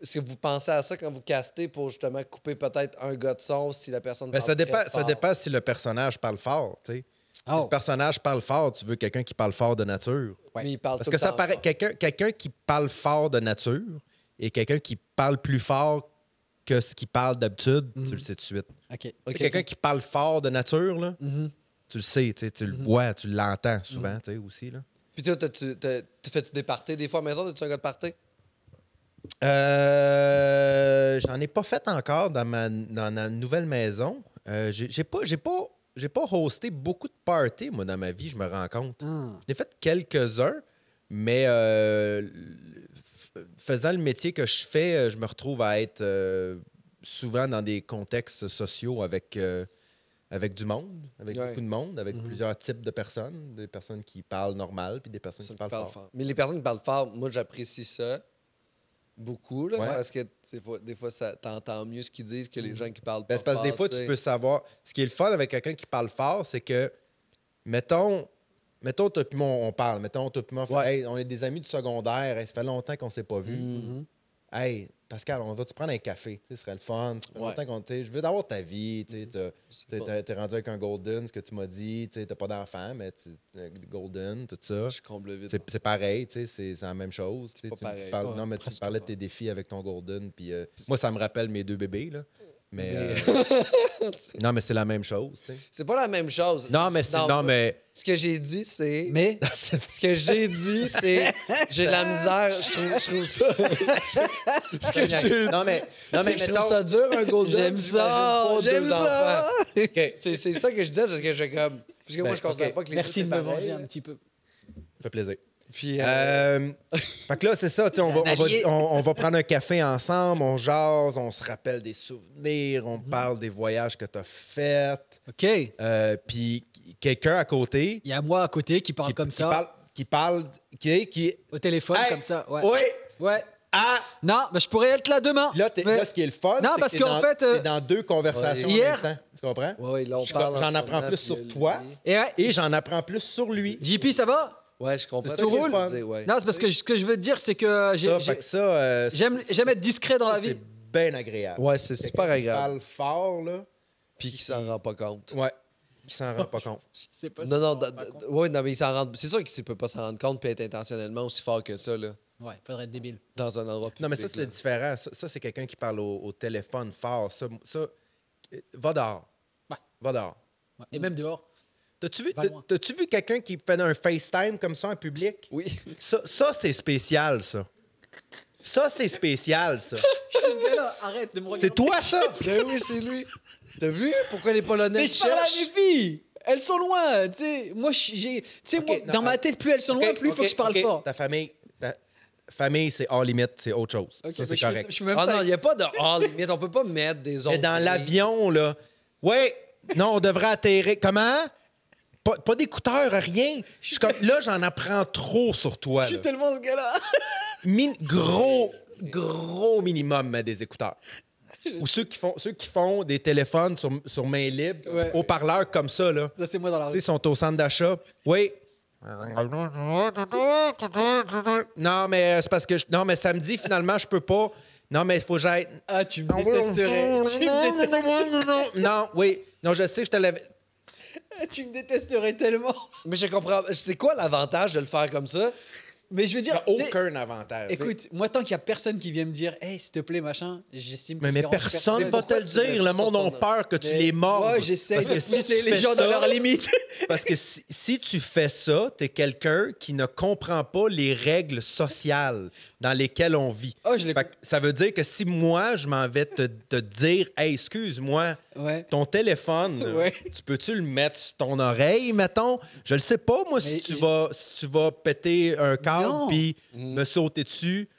est-ce que vous pensez à ça quand vous castez pour justement couper peut-être un gars de son si la personne
Ben, ça,
parle très
dépend, ça
fort?
dépend si le personnage parle fort. tu sais. Si
Oh.
le personnage parle fort, tu veux quelqu'un qui parle fort de nature.
Ouais.
Mais il parle
Parce
tout
que
le
ça
temps
paraît.
fort.
Quelqu'un quelqu'un qui parle fort de nature et quelqu'un qui parle plus fort que ce qu'il parle d'habitude, tu
Mm.
le sais tout de suite.
Ok.
Ok. Mm-hmm.
Quelqu'un qui parle fort de nature, là,
Mhm.
tu le sais, tu sais, tu le vois, tu l'entends souvent tu sais, aussi. Là.
Puis toi, t'as-tu- t'as- tu fais-tu des parties des fois à la maison? T'as-tu un gars de party?
Euh, J'en ai pas fait encore dans ma, dans ma nouvelle maison. Euh, j'ai j'ai pas, j'ai pas, j'ai pas hosté beaucoup de parties, moi, dans ma vie, je me rends compte.
Ah.
J'ai fait quelques-uns, mais euh, f- faisant le métier que je fais, euh, je me retrouve à être euh, souvent dans des contextes sociaux avec euh, avec du monde, avec
Ouais.
beaucoup de monde, avec
Mhm.
plusieurs types de personnes, des personnes qui parlent normal puis des personnes
Personne
qui parlent fort.
Mais les personnes qui parlent fort, moi, j'apprécie ça beaucoup, là,
Ouais.
parce que des fois, des fois ça- t'entends mieux ce qu'ils disent que les gens qui parlent
Ben,
pas
c'est parce que des
fort,
fois,
sais.
tu peux savoir. Ce qui est le fun avec quelqu'un qui parle fort, c'est que, mettons, mettons, toi puis moi, on parle. Mettons, toi puis moi, on fait,
Ouais.
Hey, on est des amis du secondaire. Hey, ça fait longtemps qu'on s'est pas vu.
Mhm.
Hey, Pascal, on va-tu prendre un café? Tu sais, Ce serait le fun. Ça fait
Ouais.
longtemps qu'on. tu sais, Je veux d'avoir ta vie. tu sais, t'as-
C'est
t'es-
pas-
T'es t'es rendu avec un Golden, ce que tu m'as dit. Tu sais, T'as pas d'enfant, mais tu- euh, Golden, tout ça.
Je comble vite.
C'est c'est pareil, tu sais, c'est c'est la même chose. tu sais,
pas
tu me
pareil.
parles-
Ouais,
non, mais tu me
Ah, presque
parlais de
pas.
tes défis avec ton Golden. Puis, euh, moi, ça me rappelle mes deux bébés, là. Mais, euh, non, mais c'est la même chose, tu sais.
C'est pas la même chose.
Non, mais, c'est- non, mais
Ce que j'ai dit, c'est.
Mais
Ce que j'ai dit, c'est. J'ai de la misère. Je trouve, je trouve ça. ce que j'ai dit.
Non, mais- non, mais
c'est que je
mettons-
trouve ça dur, un golden.
j'aime
j'imagine
ça,
pas deux
j'aime ça.
enfants.
OK, ça
C'est c'est ça que je disais, parce que j'ai comme. Parce que moi,
Ben,
je considère
ok.
pas que les
Merci
deux,
de
c'est
me
pareil,
venger
là.
un petit peu.
fait plaisir.
Puis. euh,
Euh, fait que là, c'est ça, tu sais, on va, on, va,
Journalier.
on- on va prendre un café ensemble, on jase, on se rappelle des souvenirs, on parle des voyages que t'as faits.
OK. Il
Euh, Puis quelqu'un à côté
y a moi à côté qui parle
qui,
comme
qui
ça,
parle, qui parle, qui, qui
au téléphone,
Hey!
comme ça. Ouais.
Oui,
Ouais.
ah,
Non, mais je pourrais être là demain.
Là, t'es-
Mais-
là, ce qui est le fun,
Non,
c'est
parce
que t'es
qu'en
dans-
fait, euh,
t'es dans deux conversations
ouais, hier-
en même temps. Tu comprends?
ouais, ouais, là, on
Je-
parle. en
J'en
ce
apprends
moment,
plus
puis,
sur
euh,
toi
Et ouais,
et j'en apprends plus sur lui.
JP, ça va?
euh, Ouais, je comprends.
C'est
ce
ça qui est
que
le
tu
fun.
veux dire, ouais.
Non, c'est parce que ce que je veux te dire, c'est que j'ai-
Ça,
j'ai-
fait que ça, euh,
j'aime j'aime être discret dans
ça,
la vie.
c'est bien agréable.
Ouais, c'est
Quelqu'un
super
qui
agréable.
parle fort, là.
Puis qu'il s'en rend pas compte.
Ouais. Qui s'en rend pas compte.
Oh, Je sais pas si
Non, non,
on s'en
d-
rend
d-
compte.
ouais, non, mais il s'en rend. C'est sûr qu'il peut pas s'en rendre compte puis être intentionnellement aussi fort que ça, là,
Ouais, faudrait être débile.
dans un endroit
Non, mais ça,
public,
c'est
là.
différent. Ça, ça, c'est quelqu'un qui parle au, au téléphone fort. Ça, ça euh, va dehors.
Ouais.
Va dehors.
Ouais. Et même dehors.
T'as-tu vu,
Va
t'as-
loin.
t'as-tu vu quelqu'un qui fait un FaceTime comme ça en public?
Oui.
Ça, ça c'est spécial, ça. Ça, c'est spécial, ça.
là arrête de me regarder.
C'est toi, ça?
Ben oui, c'est lui. T'as vu pourquoi les Polonais
Mais
le
je parle à
cherchent?
mes filles. Elles sont loin, tu sais. Moi, je- j'ai, tu sais,
Ok,
moi,
non,
dans
euh,
ma tête, plus elles sont loin,
Ok,
plus il faut
ok,
que je parle
ok.
fort.
Ta famille, ta famille c'est hors limite, c'est autre chose.
Ok,
ça,
mais
c'est
je fais-
correct.
Je suis même
Ah
pas-
non, il n'y a pas de hors limite. On peut pas mettre des autres.
Mais dans l'avion, là, ouais, non, on devrait atterrir. Comment? Pas, pas d'écouteurs, rien. Je suis comme, là, j'en apprends trop sur toi.
je suis
là.
tellement ce gars-là.
Min- gros, gros minimum mais des écouteurs. Ou ceux qui font, ceux qui font des téléphones sur, sur main libre,
Ouais.
haut-parleurs comme ça, là.
Ça, c'est moi dans la
Tu sais,
rue.
ils sont au centre d'achat. Oui. Non, mais euh, c'est parce que. je- Non, mais samedi, finalement, je peux pas. Non, mais il faut que j'aille.
Ah, tu me détesterais. tu, me détesterais.
Non, oui. Non, je sais, je te l'avais.
tu me détesterais tellement.
Mais je comprends. C'est quoi l'avantage de le faire comme ça?
Mais je veux
Il n'y
dire,
a
tu sais,
aucun avantage.
écoute, moi, tant qu'il y a personne qui vient me dire, hey, s'il te plaît, machin, j'estime que
Mais,
je
mais
dérange
personne ne va te
pourquoi
le
tu mets
dire. Le
tout
monde
sur
a
ton-
peur que tu
Mais
les mords.
Moi, j'essaie
Parce
de
que si
pousser
tu
les
fais
gens
ça-
dans leurs limites.
Parce que si, si tu fais ça, t'es quelqu'un qui ne comprend pas les règles sociales dans lesquelles on vit.
Oh, je l'ai
Fait que ça veut dire que si moi, je m'en vais te, te dire, hey, excuse-moi,
Ouais.
ton téléphone, là,
Ouais.
tu peux-tu le mettre sur ton oreille, mettons? Je le sais pas, moi, si,
Mais
tu,
j-
vas, si tu vas péter un câble
Non. Mm.
puis me sauter dessus.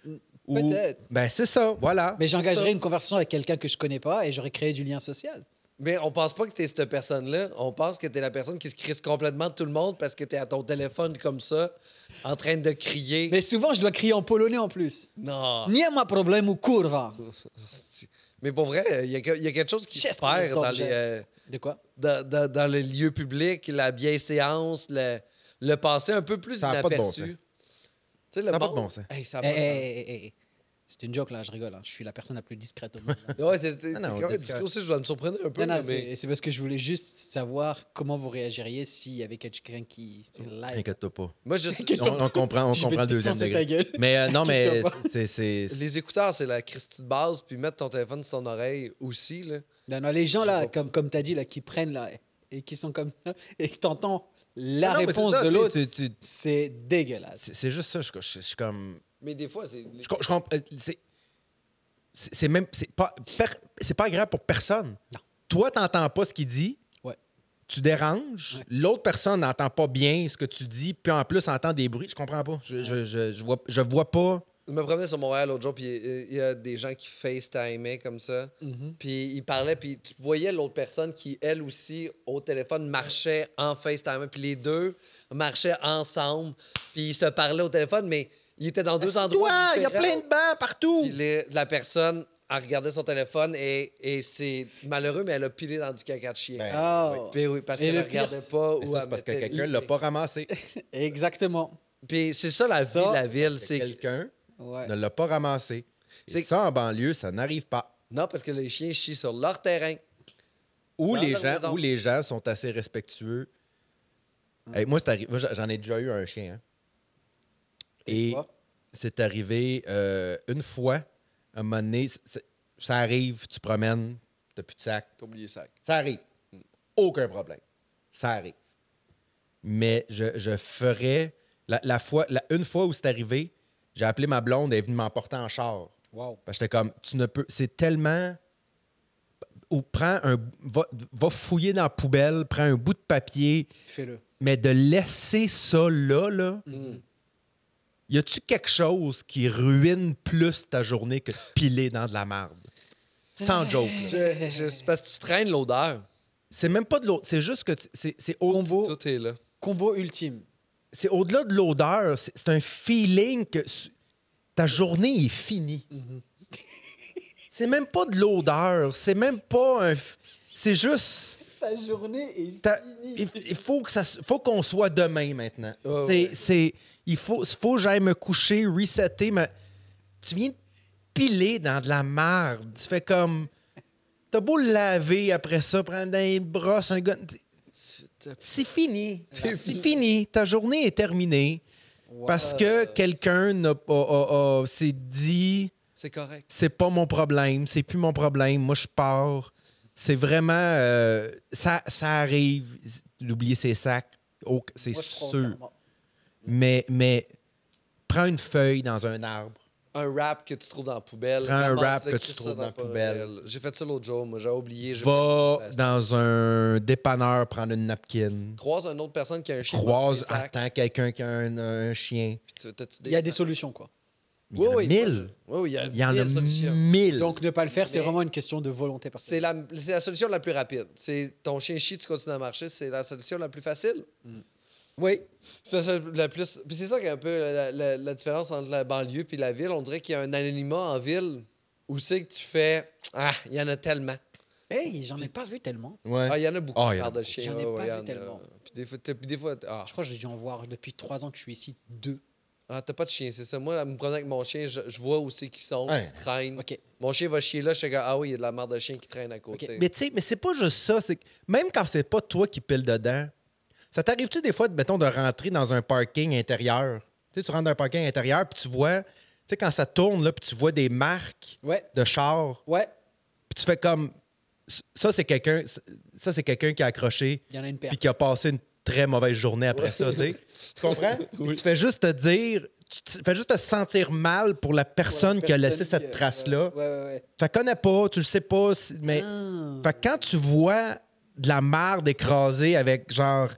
Ou...
Peut-être.
Ben, c'est ça, voilà.
Mais j'engagerais une conversation avec quelqu'un que je connais pas et j'aurais créé du lien social.
Mais on pense pas que t'es cette personne-là. On pense que t'es la personne qui se crisse complètement de tout le monde parce que t'es à ton téléphone comme ça, en train de crier.
Mais souvent, je dois crier en polonais en plus.
Ah.
Non.
Nie ma problemu, kurwa.
Mais pour vrai, il y, a que- y a quelque chose qui se
Yes,
perd dans
Mr.
les,
Jack.
euh,
De quoi
dans, dans- dans les lieux publics, la vieille séance, le, le passé un peu plus
Ça a pas de bon
inaperçu. Tu sais, le
Ça a pas de
monde-
bon sens.
Hey, ça a
Eh,
pas de bon
eh,
sens.
eh, eh, eh. C'est une joke là, je rigole. hein. Je suis la personne la plus discrète au monde. là.
Ouais, c'est- c'est-
Ah
c'est
non,
quand même
t'es
discret aussi, je dois me surprendre un peu.
Non, non,
là, mais...
c'est c'est parce que je voulais juste savoir comment vous réagiriez s'il y avait quelqu'un qui c'était live.
Inquiète-toi pas.
Moi, juste,
Inquiète-toi
On, on comprend, on
Je vais
comprend le
te
deuxième
défoncer
degré.
ta gueule.
Mais euh, non, mais
Inquiète-toi
c'est- c'est. c'est-
les écouteurs, c'est la Christie de base, puis mettre ton téléphone sur ton oreille aussi. Là.
Non, non, les gens
Je
là,
comprends.
comme, comme tu as dit, là, qui prennent là et qui sont comme ça et que t'entends la
Ah Non, mais c'est
réponse
ça,
de
tu sais,
l'autre,
tu- tu-
c'est dégueulasse.
C'est c'est juste ça, je, je- je suis comme.
Mais des fois, c'est.
Je, com- je comp- euh, c'est- C'est c'est même. C'est pas, per- c'est pas agréable pour personne.
Non.
Toi, t'entends pas ce qu'il dit.
Ouais.
Tu déranges.
Ouais.
L'autre personne n'entend pas bien ce que tu dis. Puis en plus, entend des bruits. Je comprends pas. Je, je, je, je vois, je vois pas.
Je me promenais sur Montréal l'autre jour, puis il y a des gens qui FaceTimaient comme ça.
Mm-hmm.
Mhm.
Puis ils parlaient, puis tu voyais l'autre personne qui, elle aussi, au téléphone, marchait en FaceTime. Puis les deux marchaient ensemble, puis ils se parlaient au téléphone, mais ils étaient dans deux endroits.
Toi, il y a
différents.
plein de bancs partout.
Puis les- la personne a regardé son téléphone et, et c'est malheureux, mais elle a pilé dans du caca de chien.
Ben,
Ah,
Puis oui, parce
Et
qu'elle ne
le pire,
regardait
c'est-
pas
Mais
où
ça,
elle
c'est parce que
mettait-
quelqu'un l'a pas ramassé.
exactement.
Puis c'est ça la vie
Ça,
de la ville. C'est que-
Quelqu'un
Ouais.
ne l'a pas ramassé. Et
C'est-
ça, en banlieue, ça n'arrive pas.
Non, parce que les chiens chient sur leur terrain.
Ou
Dans
les,
leur maison. Mm.
gens, ou les gens sont assez respectueux. Hey, moi, c'est arri- moi, j'en ai déjà eu un chien. hein. Et
Quoi?
c'est arrivé euh, une fois, un moment donné, c- c- ça arrive, tu promènes, t'as plus de sac.
T'as oublié ça.
Ça arrive. Aucun problème. Ça arrive. Mais je, je ferais. La, la fois, la- une fois où c'est arrivé, j'ai appelé ma blonde, elle est venue m'emporter en char.
Wow.
Parce que j'étais comme, tu ne peux. C'est tellement. Ou prends un. Va, va fouiller dans la poubelle, prends un bout de papier,
Fais-le.
mais de laisser ça là, là. Y a-tu quelque chose qui ruine plus ta journée que de piler dans de la marde? Sans joke. là.
Je, je- c'est parce que tu traînes l'odeur.
C'est même pas de l'autre. C'est juste que tu- c'est c'est au-
Combo,
Tout est là.
combo ultime.
c'est au-delà de l'odeur. C'est c'est un feeling que su- ta journée est finie. c'est même pas de l'odeur. C'est même pas un. f- C'est juste.
Ta journée est
Ta- il, il faut que ça s- faut qu'on soit demain maintenant.
Ouais,
c'est,
ouais.
c'est- il faut faut que j'aille me coucher, resetter mais tu viens de piler dans de la marde. Tu fais comme t'as beau le laver après ça, prendre une brosse, un gun. C'est fini. C'est fini. Ta journée est terminée parce que quelqu'un n'a pas- a- a- a- s'est dit
C'est correct.
c'est pas mon problème, c'est plus mon problème, moi je pars. C'est vraiment. euh, ça, ça arrive d'oublier ses sacs, Oh, c'est
Moi, je suis
sûr.
content.
Mais, mais prends une feuille dans un arbre.
Un rap que tu trouves dans la poubelle.
Prends un
ramasse-le,
wrap que tu
crisse ça
trouves dans la poubelle.
J'ai fait ça l'autre jour. Moi, j'ai oublié. j'ai
Va
fait-
dans un dépanneur prendre une napkin.
Croise une autre personne qui a un chien.
Croise,
dans les sacs,
attends quelqu'un qui a un, un chien.
puis tu- t'as-tu
Il y a des solutions, quoi.
Il y en a mille.
Oui, oui, il y a
Il y en a
mille solutions.
mille.
Donc, ne pas le faire, c'est
Mais-
vraiment une question de volonté personnelle.
C'est la, c'est la solution la plus rapide. C'est ton chien chie, tu continues à marcher, c'est la solution la plus facile.
Mm.
Oui. C'est la, seule- la plus. Puis c'est ça qui est un peu la, la- la différence entre la banlieue et la ville. On dirait qu'il y a un anonymat en ville où c'est que tu fais Ah, il y en a tellement.
Hey, j'en ai pas vu tellement.
Ouais.
Ah, il y en a beaucoup
Ah, il
qui
y en a
parlent de
beaucoup.
chiens.
J'en
ouais,
ai pas
ouais, il y
vu
en a.
tellement.
Puis des fois, t'as- puis des fois, ah,
Je crois que j'ai dû en voir depuis trois ans que je suis ici deux.
ah, t'as pas de chien, c'est ça. Moi, me prenant avec mon chien, je, je vois où c'est qu'ils sont,
Ouais.
ils se traînent.
Ok.
Mon chien va chier là, je suis comme, ah oui, il y a de la merde de chien qui traîne à côté.
Ok.
Mais tu sais, mais c'est pas juste ça. C'est que même quand c'est pas toi qui pile dedans, ça t'arrive-tu des fois, de, mettons, de rentrer dans un parking intérieur? Tu sais, tu rentres dans un parking intérieur, puis tu vois, tu sais, quand ça tourne, là, puis tu vois des marques
Ouais,
de chars,
ouais.
puis tu fais comme. Ça, c'est quelqu'un ça c'est quelqu'un qui a accroché,
Il y en a une paire.
puis qui a passé une très mauvaise journée après ça, tu sais. Tu comprends? Tu fais juste te dire. Tu te- fais juste te sentir mal pour la personne qui a laissé cette trace-là.
euh, Ouais, ouais, ouais.
Tu la connais pas, tu le sais pas, si- mais.
Ah.
Fait que quand tu vois de la marde écrasée avec genre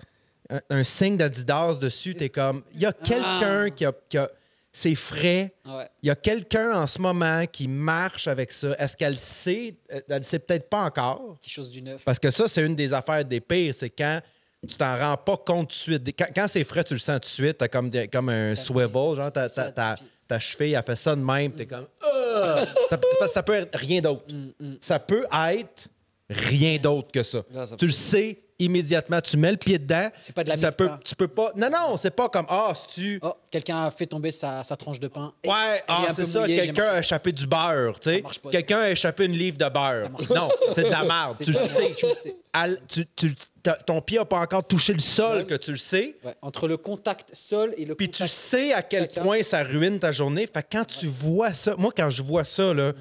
un, un signe d'Adidas dessus, t'es comme, il y a quelqu'un qui a. qui a- c'est frais.
Ah. Ouais.
Il y a quelqu'un en ce moment qui marche avec ça. Est-ce qu'elle le sait? euh, Elle le sait peut-être pas encore.
Quelque chose du neuf.
Parce que ça, c'est une des affaires des pires. C'est quand tu t'en rends pas compte tout de suite. Des- Quand, quand c'est frais, tu le sens tout de suite. T'as comme, des- comme un swivel. Genre, ta, ta, ta- ta cheville, elle fait ça de même. T'es comme,
Mm.
Ah! ça, peut- parce que ça peut être rien d'autre. Ça peut être rien d'autre que ça.
Non, ça
tu le sais immédiatement. Tu mets le pied dedans.
C'est pas de la
ça
mixte,
peut,
hein.
Tu peux pas. Non, non, c'est pas comme, ah, si tu.
Oh, quelqu'un a fait tomber sa, sa tranche de pain.
Ouais,
Elle est
ah,
un
c'est
peu
ça,
mouillée, j'ai
quelqu'un a
marqué.
échappé du beurre, tu sais.
marche pas.
Quelqu'un a échappé une livre de beurre.
Ça marche pas.
Non, c'est de la merde,
C'est
tu le
pas vrai,
sais.
tu le sais.
Al- tu- tu- t'as- ton pied n'a pas encore touché le sol,
Ouais.
que tu le sais.
Ouais, Entre le contact sol et le
Puis tu
contact.
sais à quel
Chacun.
point ça ruine ta journée. Fait que quand tu vois ça, moi, quand je vois ça, là,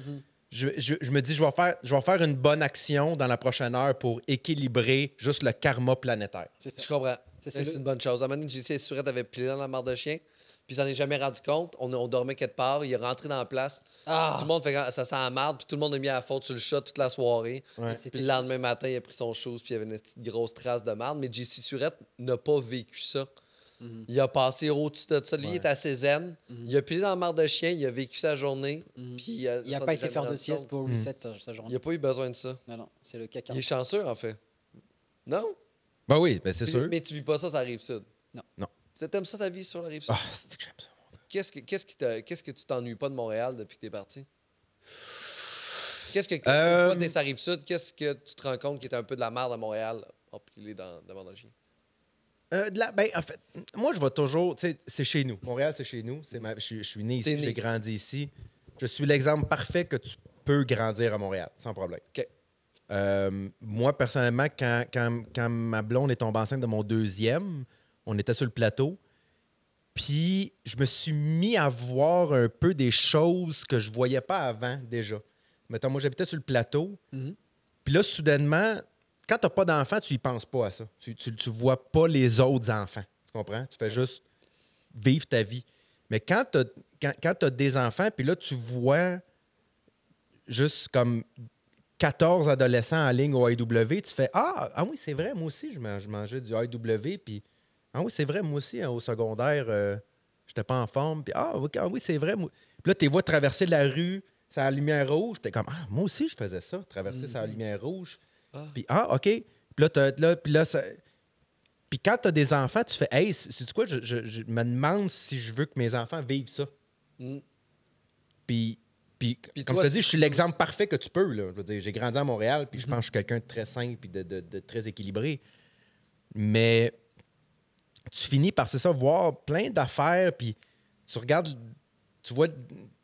je, je- je me dis, je vais, faire, je vais faire une bonne action dans la prochaine heure pour équilibrer juste le karma planétaire.
C'est
Je
ça.
comprends.
Ça, c'est
Mais
le-
C'est une bonne chose. À un moment donné, JC et Surette avaient pilé dans la mare de chien, puis ils s'en est jamais rendu compte. On, on dormait quelque part, il est rentré dans la place.
Ah.
Tout le monde fait quand- ça sent la marde, puis tout le monde a mis la faute sur le chat toute la soirée.
Ouais.
Puis le lendemain matin, il a pris son chose, puis il y avait une petite grosse trace de marde. Mais JC Surette n'a pas vécu ça. Il a passé au-dessus de ça. Lui, il
Ouais.
est assez zen. Il a pilé dans la marre de chien, il a vécu sa journée.
Mhm.
Puis euh, il a,
Il n'y a
s'en
pas
est
été
jamais
faire de
rendu
sieste
compte.
pour
Mhm.
reset euh, sa
Il
journée.
a pas eu besoin de ça.
Non, non, c'est le caca.
Il est chanceux, en fait. Non?
Ben oui, ben c'est
Puis-
sûr.
Mais tu vis pas ça sur la rive sud.
Non.
Non.
T'aimes ça ta vie sur la rive sud?
Ah, c'est que j'aime ça.
Qu'est-ce que, qu'est-ce qui te- qu'est-ce que tu t'ennuies pas de Montréal depuis que t'es parti? Qu'est-ce que,
Euh,
quand t'es sur la rive sud, qu'est-ce que tu te rends compte qui est un peu de la merde à Montréal? Oh, puis il est dans, dans mon logis.
Euh, de la- ben, en fait, moi, je vais toujours. tu sais, C'est chez nous. Montréal, c'est chez nous. C'est ma- je, suis- je suis né
T'es
ici,
né
j'ai
ici.
grandi ici. Je suis l'exemple parfait que tu peux grandir à Montréal, sans problème.
OK.
Euh, moi, personnellement, quand, quand- quand ma blonde est tombée enceinte de mon deuxième, on était sur le plateau. Puis, je me suis mis à voir un peu des choses que je voyais pas avant déjà. Mettons, moi, j'habitais sur le plateau.
Mhm.
Puis là, soudainement, quand t'as pas d'enfant, tu y penses pas à ça. Tu, tu, tu vois pas les autres enfants. Tu comprends? Tu fais juste vivre ta vie. Mais quand t'as quand, quand t'as des enfants, puis là, tu vois juste comme 14 adolescents en ligne au IW, tu fais Ah, ah oui, c'est vrai, moi aussi, je man- je mangeais du IW, puis Ah oui, c'est vrai, moi aussi, hein, au secondaire, je j'étais pas en forme, puis Ah oui, ah oui, c'est vrai. moi- Puis là, tu les vois traverser la rue, sa lumière rouge, t'es comme Ah, moi aussi, je faisais ça, traverser sa lumière rouge.
Ah.
Puis Ah, OK. Puis là, t'as- là, puis là ça- puis quand tu as des enfants, tu fais Hey, c'est quoi, je, je- je me demande si je veux que mes enfants vivent ça.
Mm.
Puis, puis,
Puis
comme
toi,
je te dis, je suis
c'est- Mhm.
l'exemple parfait que tu peux. Là. Je veux dire, j'ai grandi à Montréal, puis je pense que je suis quelqu'un de très simple puis de, de- de très équilibré. Mais tu finis par, c'est ça, voir plein d'affaires, puis tu regardes, tu vois,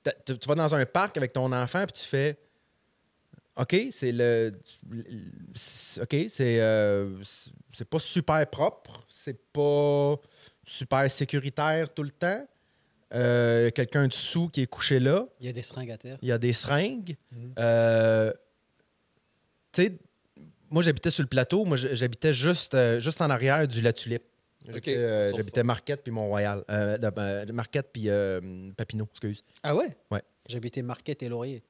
t'as- tu tu vas dans un parc avec ton enfant, puis tu fais... OK, c'est le. c'est- OK, c'est. euh, c'est- c'est pas super propre, c'est pas super sécuritaire tout le temps. Euh, y a quelqu'un dessous qui est couché là.
Il y a des seringues à terre.
Il y a des seringues.
Mhm.
Euh, tu sais, moi, j'habitais sur le plateau. Moi, j- j'habitais juste, euh, juste en arrière du La Tulipe. J'habitais, euh,
Sauf-
j'habitais Marquette puis Mont-Royal. Euh, la- ben, Marquette puis euh, Papineau, excuse.
Ah ouais?
Ouais.
J'habitais Marquette et Laurier.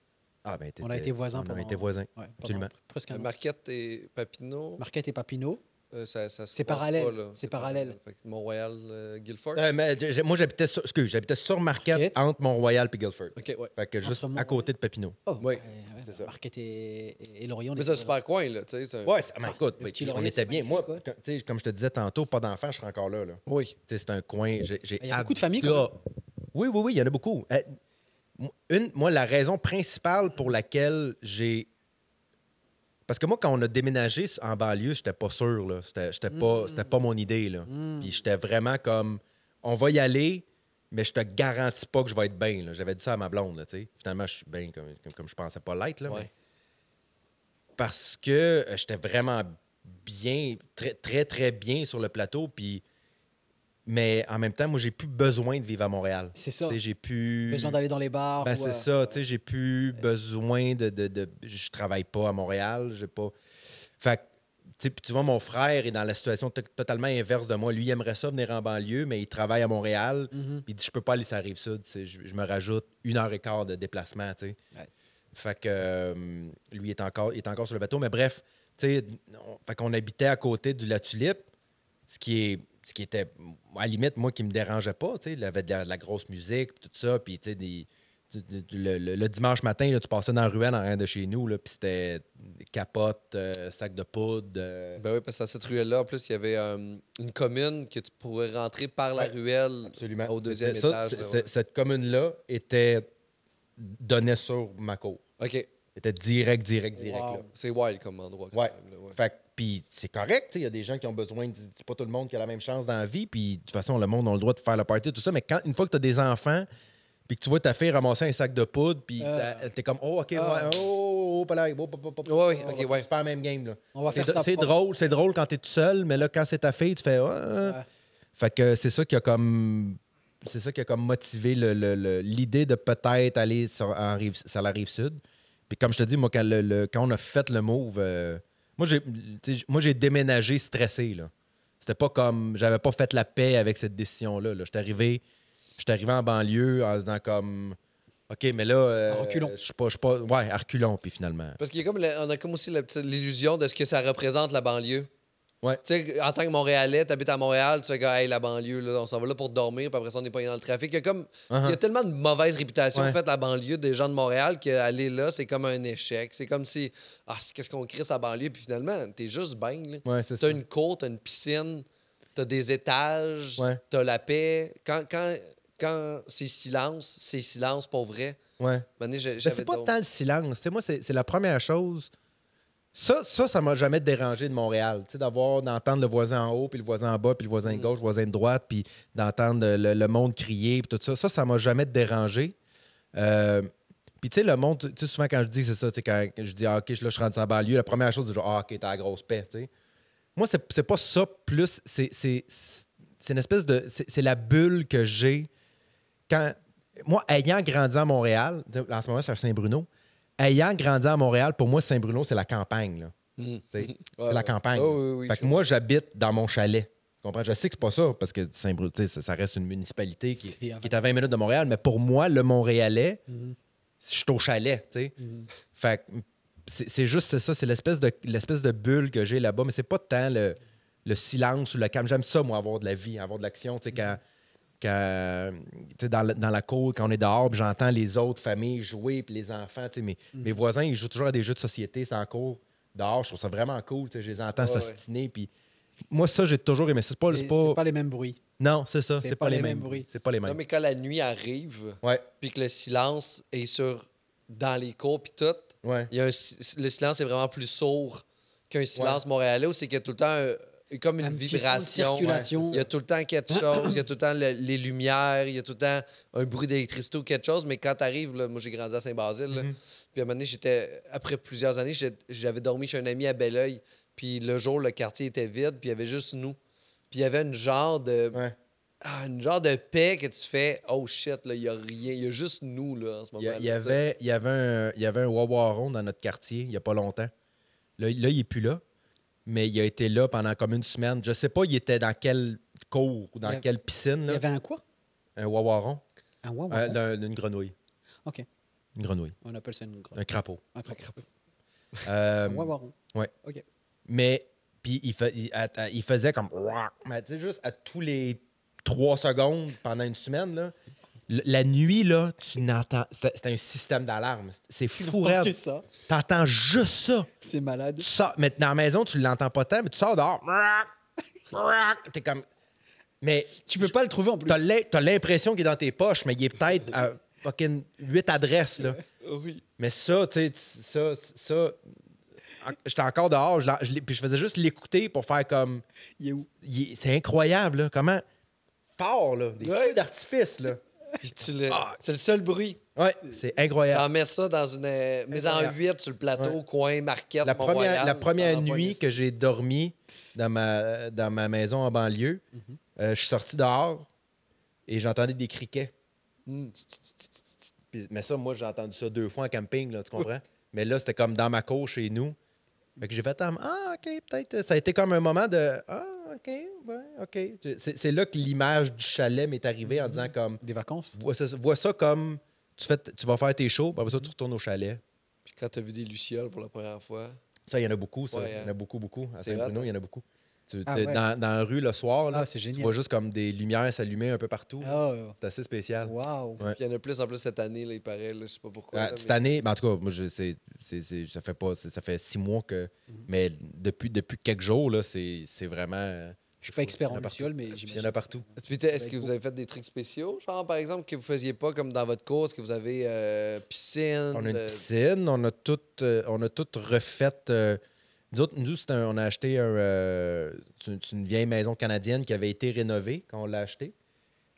Ah, ben,
On a
t'étais-
été voisins
On a
pendant-
été voisins.
Ouais, pendant
Absolument.
pr- Presque un an.
Marquette et Papineau,
Marquette et Papineau.
euh, ça, ça se
C'est
croise
parallèle,
pas, là.
c'est parallèle.
Fait que Montréal, euh, Guilford.
Euh, mais j'ai- moi, j'habitais sur, excuse, j'habitais sur Marquette,
Marquette.
entre Mont-Royal et Guilford.
OK, ouais.
Fait que
Entre
juste à
Mont-Royal.
côté de Papineau.
Oh,
Oui,
ouais, ouais,
c'est ça.
Marquette et, et- et Laurier, on
Mais
était
c'est un
voisins.
super coin, là, tu sais. c'est un-
Ouais, c'est- mais écoute,
Ah, le
mais
petit
on
laurier,
était
c'est
bien. Moi,
magnifique,
quand- tu sais, comme je te disais tantôt, pas d'enfant, je serais encore là. là.
Oui.
Tu sais, C'est un coin. j'ai- j'ai
Il y a beaucoup de familles,
adoré- Oui, oui, oui, il y en a beaucoup. Euh, m- Une, moi, la raison principale pour laquelle j'ai. Parce que moi, quand on a déménagé s- en banlieue, j'étais pas sûr. là. C'était j'étais pas,
Hmm.
c'était pas mon idée. Là. Puis j'étais vraiment comme on va y aller, mais je te garantis pas que je vais être bien. là. J'avais dit ça à ma blonde. là, tu sais. Finalement, je suis bien comme, comme, comme je pensais pas l'être. là,
Ouais.
mais- Parce que euh, j'étais vraiment bien, très, très, très bien sur le plateau. Puis mais en même temps, moi, j'ai plus besoin de vivre à Montréal.
C'est ça.
Tu sais, J'ai plus.
Besoin d'aller dans les bars.
Ben,
ou,
c'est
euh,
ça, tu sais, j'ai plus besoin de, de, de- Je travaille pas à Montréal, j'ai pas. Fait que, tu sais, puis tu vois, mon frère est dans la situation to- totalement inverse de moi. Lui, il aimerait ça venir en banlieue, mais il travaille à Montréal.
Mhm.
Puis il dit, je peux pas aller sur la rive sud. tu sais, Je, je me rajoute une heure et quart de déplacement, tu sais.
Ouais.
Fait que euh, lui est encore, il est encore sur le bateau. Mais bref, tu sais, on- fait qu'on habitait à côté du La Tulipe, ce qui est ce qui était, à la limite, moi, qui me dérangeait pas. tu sais. Il y avait de la, de la grosse musique, puis tout ça. Puis, tu sais, des- tu- tu- tu- le, le- le dimanche matin, là, tu passais dans la ruelle en rien de chez nous, là, puis c'était capote, euh, sac de poudre. euh,
Ben oui, parce que dans cette ruelle-là, en plus, il y avait euh, une commune que tu pourrais rentrer par la
Ouais,
ruelle.
Absolument.
Au deuxième
C'était ça,
étage,
c'est-
là,
c'est-
ouais.
Cette commune-là était donnait sur ma cour.
OK.
Était direct, direct, direct.
Wow.
là.
C'est wild comme endroit. quand
Ouais.
même, là, ouais.
Fait que- puis c'est correct, tu sais, il y a des gens qui ont besoin, de- c'est pas tout le monde qui a la même chance dans la vie, puis de toute façon, le monde a le droit de faire le party, tout ça, mais quand, une fois que tu as des enfants, puis que tu vois ta fille ramasser un sac de poudre, puis
Euh.
t'as- t'es comme, oh, ok,
Ah.
ouais, oh, oh, oh, pas là, oh, pas- pas- pas- pas-
Ouais, ouais,
on
ok,
va-
ouais.
C'est pas la même game, là.
On va
C'est
faire
dr-
ça.
C'est
propre.
drôle, c'est drôle quand t'es tout seul, mais là, quand c'est ta fille, tu fais, ah, ah.
Ouais.
Fait que c'est ça qui a comme. C'est ça qui a comme motivé le- le- le- l'idée de peut-être aller sur, en rive, sur la rive sud. Puis comme je te dis, moi, quand, le- le- quand on a fait le move, euh, moi, j'ai tu sais, moi, j'ai déménagé stressé. là. C'était pas comme. J'avais pas fait la paix avec cette décision-là. Là. J'étais arrivé. J'étais arrivé en banlieue en se disant comme. OK, mais là. euh,
En reculons.
Je suis pas, je suis pas. Ouais, à reculons, puis finalement.
Parce qu'il y a comme le- on a comme aussi la petite- l'illusion de ce que ça représente la banlieue.
Ouais.
Tu sais, en tant que Montréalais, tu habites à Montréal, tu fais que, hey, la banlieue, là, on s'en va là pour dormir, puis après ça, on est pas dans le trafic. Il y a, comme, il y a tellement de mauvaise réputation
Uh-huh. Ouais.
faite à la banlieue des gens de Montréal qu'aller là, c'est comme un échec. C'est comme si, ah, c'est- qu'est-ce qu'on crée sa banlieue, puis finalement, t'es juste bang. là.
Ouais, c'est
T'as
ça.
une cour, t'as une piscine, t'as des étages,
Ouais.
t'as la paix. Quand, quand, quand c'est silence, c'est silence pour vrai.
Ouais.
Mané, j'ai-
Mais
j'avais
c'est pas
d'autres-
tant le silence. Tu sais, moi, c'est c'est la première chose. Ça, ça, ça m'a jamais dérangé de Montréal. Tu sais, d'avoir, d'entendre le voisin en haut, puis le voisin en bas, puis le voisin de gauche, le voisin de droite, puis d'entendre le, le monde crier, puis tout ça. Ça, ça m'a jamais dérangé. Euh, puis, tu sais, le monde, tu sais, souvent quand je dis c'est ça, tu sais, quand je dis, ah, OK, je- là, je suis rendu en banlieue, la première chose, c'est genre, ah, OK, t'as la grosse paix, tu sais. Moi, c'est c'est pas ça plus. C'est c'est- c'est une espèce de. C'est c'est la bulle que j'ai quand moi, ayant grandi à Montréal, de- en ce moment, c'est à Saint-Bruno, ayant grandi à Montréal, pour moi, Saint-Bruno, c'est la campagne. là.
Mm.
Tu sais,
Ouais,
la
ouais.
campagne.
Oh, oui, oui,
fait
je-
que moi, j'habite dans mon chalet. Tu comprends? Je sais que c'est pas ça, parce que Saint-Bruno, tu sais, ça, ça reste une municipalité qui,
C'est avant-
qui est à 20 minutes de Montréal, mais pour moi, le Montréalais,
Hmm.
je suis au chalet, tu sais. Fait que c'est c'est juste c'est ça, c'est l'espèce de, l'espèce de bulle que j'ai là-bas, mais c'est pas tant le, le silence ou le calme. J'aime ça, moi, avoir de la vie, avoir de l'action, tu sais, quand... quand, tu sais, dans, la- dans la cour, quand on est dehors, puis j'entends les autres familles jouer, puis les enfants, tu sais, mes, mes voisins, ils jouent toujours à des jeux de société, c'est en cours, dehors, je trouve ça vraiment cool, tu sais, je les entends
Ouais,
s'ostiner, puis moi, ça, j'ai toujours aimé ça. C'est pas,
Mais
c'est
C'est
pas-
pas les mêmes bruits.
Non, c'est ça, c'est pas, les mêmes
bruits.
C'est pas les
Non,
mêmes.
mais quand la nuit arrive,
Ouais,
puis que le silence est sur dans les cours puis tout,
ouais.
il y a un si- le silence est vraiment plus sourd qu'un silence montréalais où c'est qu'il y a tout le temps un- comme une
Un petit fond de
vibration.
circulation.
Il y a tout le temps quelque chose, il y a tout le temps le- les lumières, il y a tout le temps un bruit d'électricité ou quelque chose, mais quand t'arrives, là, moi j'ai grandi à Saint-Basile, là, puis à un moment donné, j'étais, après plusieurs années, j'ai- j'avais dormi chez un ami à Belleuil, puis le jour, le quartier était vide, puis il y avait juste nous. Puis il y avait une genre de,
ouais.
ah, une genre de paix que tu fais, oh shit, là, il y a rien, il y a juste nous, là, en ce
Il
moment.
y, a- il y avait, il y avait un, il y avait un Wawaron dans notre quartier il n'y a pas longtemps. Là, il- là, il n'est plus là, mais il a été là pendant comme une semaine. Je ne sais pas, il était dans quelle cour ou dans
Il y a-
quelle piscine,
Il
là.
y avait un quoi
un Wawaron,
Un wawa.
Euh, d'un- d'une grenouille.
OK.
Une grenouille,
On appelle ça une grotte.
un crapaud.
Un crapaud.
Euh,
Un wawaron.
mais puis il, fa- il- à- à- il faisait comme. Ouah Mais tu sais, juste à tous les trois secondes pendant une semaine, là, l- la nuit, là, tu n'entends. C'est c'est un système d'alarme. C'est fou, raide.
C'est ça.
T'entends juste ça.
C'est malade.
Tu sors, mais dans la maison, tu l'entends pas tant, mais tu sors dehors. T'es comme. Mais
Tu peux pas le trouver en plus.
t'as l'im- t'as l'impression qu'il est dans tes poches, mais il est peut-être à fucking huit adresses, là.
Oui.
Mais ça, tu sais, ça, ça. en- J'étais encore dehors, je l'en- je l'ai- puis je faisais juste l'écouter pour faire comme.
Il est où
il- C'est incroyable, là, comment. Fort, là. Des feux d'artifice, là.
Puis tu le-
Ah.
C'est le seul bruit.
Ouais, c'est incroyable.
J'en mets ça dans une. euh, Mais en
Incroyable.
8 sur le plateau,
Ouais.
coin, marquette,
la première,
Mont-Royal,
la première
t'en as pas
nuit
une-
que j'ai dormi dans ma, dans ma maison en banlieue, euh, je suis sorti dehors et j'entendais des criquets.
Mm.
Puis- mais ça, moi, j'ai entendu ça deux fois en camping, là, tu comprends? mais là, c'était comme dans ma cour chez nous. Fait que j'ai fait ah, ah, OK, peut-être. Ça a été comme un moment de Ah, OK, ouais, OK. C'est c'est là que l'image du chalet m'est arrivée en disant comme
Des vacances
vois ça, vois ça comme tu, fais, tu vas faire tes shows, puis après ça, tu retournes au chalet.
Puis quand t'as vu des Lucioles pour la première fois.
Ça, il y en a beaucoup, ça.
Ouais, hein.
il y en a beaucoup, beaucoup. À
C'est vrai,
Saint-Bruno,
hein?
il y en a beaucoup. Tu-
Ah
t'es
ouais.
dans, dans la rue le soir, là,
Ah, c'est
tu
génial.
vois juste comme des lumières s'allumer un peu partout.
Oh,
C'est assez spécial.
wow.
Ouais.
Puis il y en a plus en plus cette année, là, il paraît, là, je sais pas pourquoi.
Ah,
là,
cette
mais-
année, ben, en tout cas, moi, je, c'est- c'est- c'est- ça, fait pas, c'est- ça fait six mois que.
Mhm.
Mais depuis, depuis quelques jours, là, c'est, c'est vraiment. euh,
Je suis pas expert
Il y en
en
a partout.
luciole, mais
Puis Il y en a
j'imagine.
partout.
Puis t'es- est-ce
Ben,
que vous avez fait des trucs spéciaux, genre par exemple, que vous faisiez pas comme dans votre course, que vous avez euh, piscine?
On a une
euh,
piscine, on a tout, euh, on a tout refait. euh, nous, autres, nous, c'est un- on a acheté un, euh, c'est une, c'est une vieille maison canadienne qui avait été rénovée quand on l'a achetée.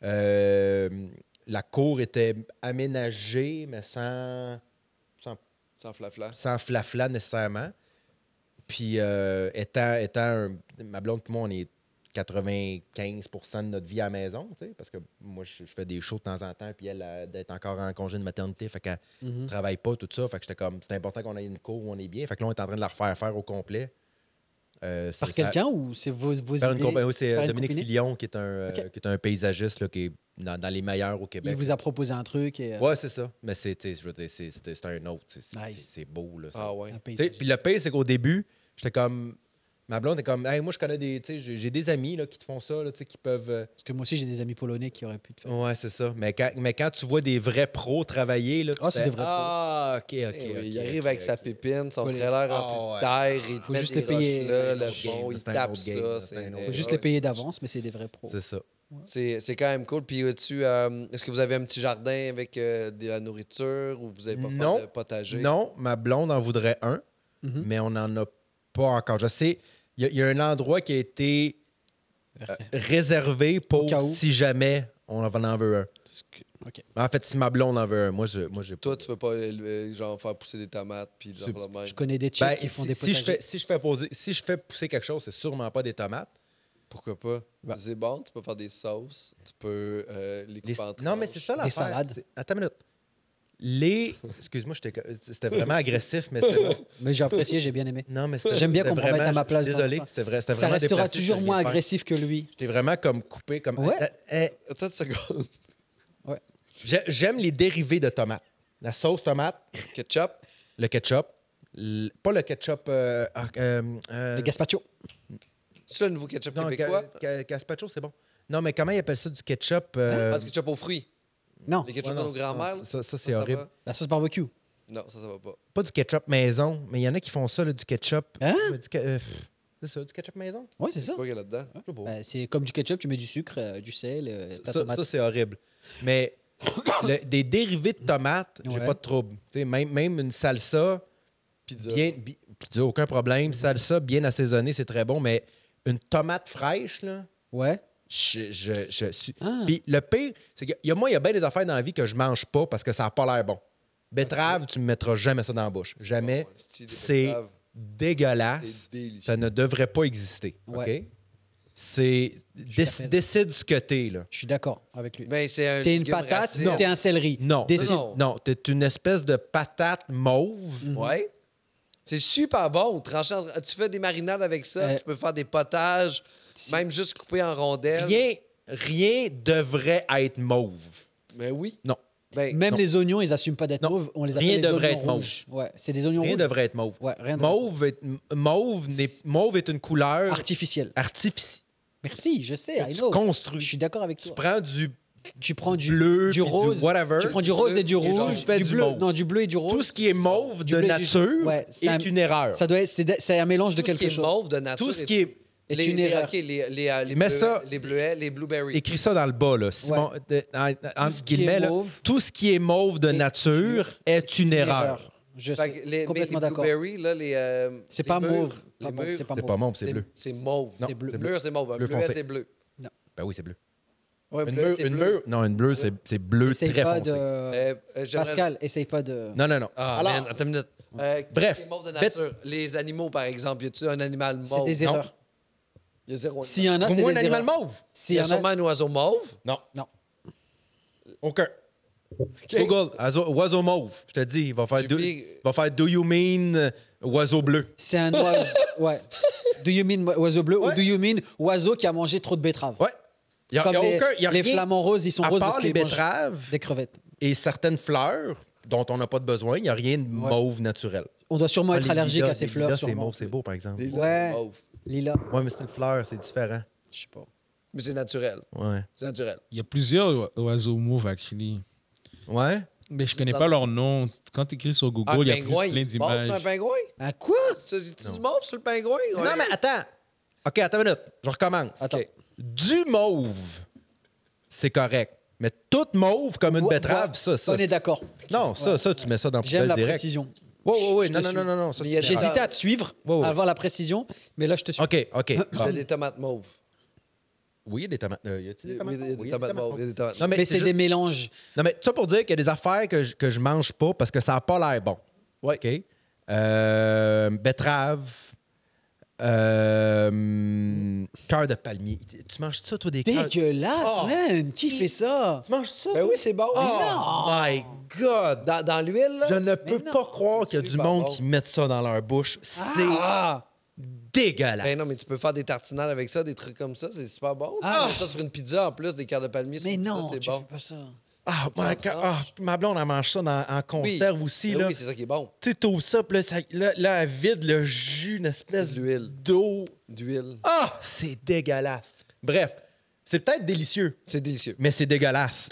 Euh, la cour était aménagée, mais sans, sans
Sans flafla.
sans flafla nécessairement. Puis euh, étant, étant un- ma blonde et moi, on est 95 de notre vie à la maison, tu sais, parce que moi, je, je fais des shows de temps en temps, puis elle, elle d'être encore en congé de maternité, fait qu'elle
Mmh. Mhm.
travaille pas, tout ça. Fait que j'étais comme, c'est important qu'on ait une cour où on est bien. Fait que là, on est en train de la refaire faire au complet. Euh,
Par
c'est-
quelqu'un ou c'est vos, vos
par une
idées?
compagnie- oui, c'est euh,
par une
Dominique
compagnie?
Filion, qui est un, euh,
Ok.
qui est un paysagiste là, qui est dans, dans les meilleurs au
Il
Québec.
vous a proposé un truc et euh,
Ouais, c'est ça. Mais c'est tu sais, je veux dire, c'est- c'est- c'est un autre. tu sais, C'est
Nice.
c'est beau. Là, ça-
Ah ouais.
un
Tu sais,
paysage.
Puis le pire, c'est qu'au début, j'étais comme. Ma blonde est comme, Hey, moi, je connais des. tu sais, J'ai j'ai des amis là, qui te font ça, là, tu sais, qui peuvent. euh,
Parce que moi aussi, j'ai des amis polonais qui auraient pu te faire.
Ouais, c'est ça. Mais quand, mais quand tu vois des vrais pros travailler, là, tu
Ah, c'est
fais,
des vrais pros.
Ah, ok, ok.
Eh oui,
ok,
il
ok,
arrive avec
ok.
sa pépine, son
Faut les-
trailer
Ah,
rempli
ouais.
d'air, il
Faut
te met
juste
des
les payer.
roches là,
C'est
le
un
bon,
autre
il
euh, game,
tape
c'est un
ça.
autre game.
c'est-
Faut juste
ouais,
les payer d'avance, mais c'est des vrais pros.
C'est ça.
C'est c'est quand même cool. Puis as-tu, euh, est-ce que vous avez un petit jardin avec euh, de la nourriture ou vous n'avez pas
Non.
fait de potager?
Non, ma blonde en voudrait un,
Mhm.
mais on n'en a pas encore. Je sais, il y a- il y, a un endroit qui a été euh, réservé pour
Au cas où.
si jamais on en en veut un.
Parce que- OK.
En fait, si ma blonde en veut un, moi, je, moi, j'ai pas.
Toi, tu veux pas élever, genre faire pousser des tomates puis des
C'est-
affaires de même.
Je connais des chips
Ben,
qui font
si,
des
si
potagers.
je fais, si, je fais poser- si je fais pousser quelque chose, c'est sûrement pas des tomates.
Pourquoi pas?
Ben.
C'est bon, tu peux faire des sauces, tu peux euh, les
Bah. Les-
couper en
non, mais
tranches.
c'est ça l'affaire.
salades.
C'est- Attends une minute. Les. Excuse-moi, j'étais- c'était vraiment agressif, mais c'était bon.
Mais j'ai apprécié, j'ai bien aimé.
Non, mais c'était-
J'aime bien
c'était
qu'on me remette
vraiment-
à ma place dans
Désolé,
l'affaire.
c'était vrai, c'était
Ça
vraiment
restera
déplacé,
toujours
je
moins
viens de faire.
agressif que lui.
J'étais vraiment comme coupé, comme.
Ouais.
Attends, eh,
Attends une seconde.
j'ai- J'aime les dérivés de tomates. La sauce tomate,
Ketchup?
le ketchup, le- pas le ketchup. euh, ah, euh, euh,
Le gazpacho.
C'est le nouveau ketchup
non,
québécois?
ga- ga- gazpacho, c'est bon. Non, mais comment ils appellent ça du ketchup euh,
Ah, du ketchup aux fruits.
Non,
Les
ouais,
ketchup
non,
de nos grands-mères?
ça-
là?
Ça, ça, c'est
ça va?
horrible.
la sauce barbecue.
Non, ça, ça va pas.
Pas du ketchup maison, mais il y en a qui font ça, là, du ketchup.
Hein?
Mais du ke- euh, pff, c'est ça, du ketchup maison?
Ouais, c'est ça.
C'est quoi qu'il y a là-dedans?
Je sais pas.
Ben, c'est comme du ketchup, tu mets du sucre, euh, du sel, euh, ta
Ça- ça,
tomate.
c'est horrible. Mais le- des dérivés de tomates, j'ai
Ouais.
pas de trouble. Tu sais, même, même une salsa,
Pizza.
bien, bi- pizza, aucun problème. Salsa bien assaisonnée, c'est très bon. Mais une tomate fraîche, là,
Ouais.
je, je- je suis.
Ah.
Puis le pire, c'est que il y a, moi, il y a bien des affaires dans la vie que je mange pas parce que ça n'a pas l'air bon. Betterave, tu me mettras jamais ça dans la bouche. Jamais.
Bon, un style de
C'est
betterave,
dégueulasse.
c'est délicieux.
Ça ne devrait pas exister.
Ouais.
OK? C'est.
suis
déc-
d'accord.
Décide ce que t'es, là.
Je suis d'accord avec lui.
Ben, c'est un
T'es une
légume
patate,
racine.
t'es un céleri.
Non,
Décide.
Non.
Non, t'es une espèce de patate mauve.
Mm.
Ouais. C'est super bon. tranché en- Tu fais des marinades avec ça.
Euh,
tu peux faire des potages, même juste coupé en rondelles.
Rien, rien devrait être mauve.
Mais oui.
Non,
Ben,
Même
Non.
les oignons, ils assument pas d'être
Non.
mauves. On les appelle
Rien
les
devrait
oignons
être mauve.
rouges. Ouais, c'est des oignons
rien
rouges.
devrait être mauve.
Ouais, rien devrait
mauve, est, m- mauve, n'est- mauve est une couleur
Artificiel.
artificielle.
Merci, je sais, I
Tu
know. Je
construis.
suis d'accord avec
Tu
toi.
prends du
Tu prends du
bleu, puis
du rose,
whatever.
tu prends du rose et du
bleu,
rouge,
tu fais
du
du
bleu,
mauve.
non, du bleu et du rose.
Tout ce qui est mauve
Du
de
bleu et du-
nature
Ouais,
est,
c'est un-
une erreur.
Ça doit être, c'est de- c'est un mélange de
tout ce qui
quelque
est
chose.
mauve de nature.
Tout ce qui est.
Est
les-
une
les-
erreur.
OK, les, les, euh, les
Mais
bleuets-
ça-
les bleuets, les blueberries.
Écris ça dans le bas, là. Simon, de- en- en-
Tout ce
entre
qui est
guillemets, là,
mauve
tout ce qui est mauve de
est
nature est une erreur.
Je
Fait que
sais,
les, mais
complètement
les
d'accord.
blueberries, là, les. euh,
C'est
les
pas
mûres,
mauve.
les
Pas mauve,
mûres,
c'est pas
C'est
mauve.
pas mauve, c'est
c'est
bleu.
C'est mauve.
c'est bleu.
Le mur, c'est mauve. Un
Bleu
bleuet,
foncé.
c'est bleu.
Ben oui, c'est bleu.
Ouais,
Une
bleu,
bleue,
c'est
une
bleu.
bleue. Non, une bleue, c'est c'est bleu
Essaye
très
pas
foncé.
de.
Euh, euh, j'aimerais-
Pascal, essaye pas de.
Non, non, non.
Ah,
Alors,
man, attends une minute. Euh,
Bref,
Les mauves de
bête-
nature. Les animaux, par exemple. Y a-tu un animal mauve?
C'est des
Non.
erreurs.
Il y a zéro.
S'il y en a, c'est des
trouve-moi un
erreurs.
animal mauve.
Il
S'il
y
y
a
en
sûrement
a.
un oiseau mauve.
Non,
Non.
aucun. Google, oiseau, oiseau mauve. Je te dis, il va faire,
Tu
do,
piques-
il va faire Do You Mean euh, oiseau bleu.
C'est un oiseau. ouais. Do you mean oiseau bleu
Ouais.
ou do you mean oiseau qui a mangé trop de betteraves
Ouais. Il n'y a,
Comme
il y a
les,
aucun. Il y a
les
rien,
flamants roses, ils sont
à
roses
part
parce
les
qu'ils mangent
betteraves
des crevettes.
et certaines fleurs dont on n'a pas de besoin, il n'y a rien de mauve naturel.
On doit sûrement
Ah,
être
les
allergique
lilas,
à ces
les
fleurs,
lilas, C'est
sûrement.
mauve, c'est beau, par exemple.
Des lilas,
Ouais.
c'est mauve.
Lila,
Ouais, mais c'est une fleur, c'est différent.
je sais pas.
Mais c'est naturel.
Ouais.
C'est naturel.
Il y a plusieurs oi- oiseaux mauves, actually.
Ouais?
Mais je connais pas leur nom. Quand tu écris sur
Ah,
Google, il y a
ben,
plus- plein
il mauve sur un
d'images.
pingouin?
Un quoi
Ah,
Tu dis mauve sur le pingouin?
Non, mais attends. OK, attends une minute. Je recommence.
Attends.
Ok.
Du mauve, c'est correct. Mais toute mauve comme une
Ouais,
betterave,
ouais,
ça, ça.
on est
c'est-
d'accord.
Non, ça, ça, tu mets ça dans le
J'aime
poubelle
la
direct.
précision.
Ouais, ouais, ouais.
Je te
Non, non,
suis.
non, non, non, ça,
Mais
c'est
il y a des-
différent.
J'hésitais à te suivre
Ouais, ouais.
avant la précision, mais là, je te suis.
OK, OK.
Il y a des tomates mauves.
Oui, il y a des tomates. euh, y a-t-il
Oui, il
des tomates?
y a
Oui,
des tomates mauves. il y a des tomates
Non,
mauves.
mais,
Mais c'est
ju-
des mélanges.
non, mais ça pour dire qu'il y a des affaires que je, que je mange pas parce que ça n'a pas l'air bon.
Ouais.
OK? Euh, betterave. euh, cœur de palmier. Tu manges ça, toi, des cœurs? Tu
Dégueulasse,
Oh.
man! Qui fait ça?
manges ça?
Ben
toi?
oui, c'est bon.
Oh my God!
Dans, dans l'huile, là?
Je ne
Mais
peux
non,
pas croire qu'il y a du
super
monde
bon.
qui mette ça dans leur bouche. C'est
Ah!
dégueulasse.
Ben non, mais tu peux faire des tartinades avec ça, des trucs comme ça, c'est super bon.
Ah.
Ah, ça sur une pizza en plus, des quarts de palmier sur
Mais
une pizza,
non,
c'est
tu
bon.
fais pas ça.
Ah, ma,
tranche.
ah, ma blonde, elle mange ça dans- en conserve aussi.
Ben
Là.
oui, c'est ça qui est bon.
Tu sais, t'oses ça, puis là, ça- là, là, elle vide le jus, une espèce
C'est de l'huile.
d'eau.
D'huile.
Ah, c'est dégueulasse. Bref, c'est peut-être délicieux,
C'est délicieux.
mais c'est dégueulasse.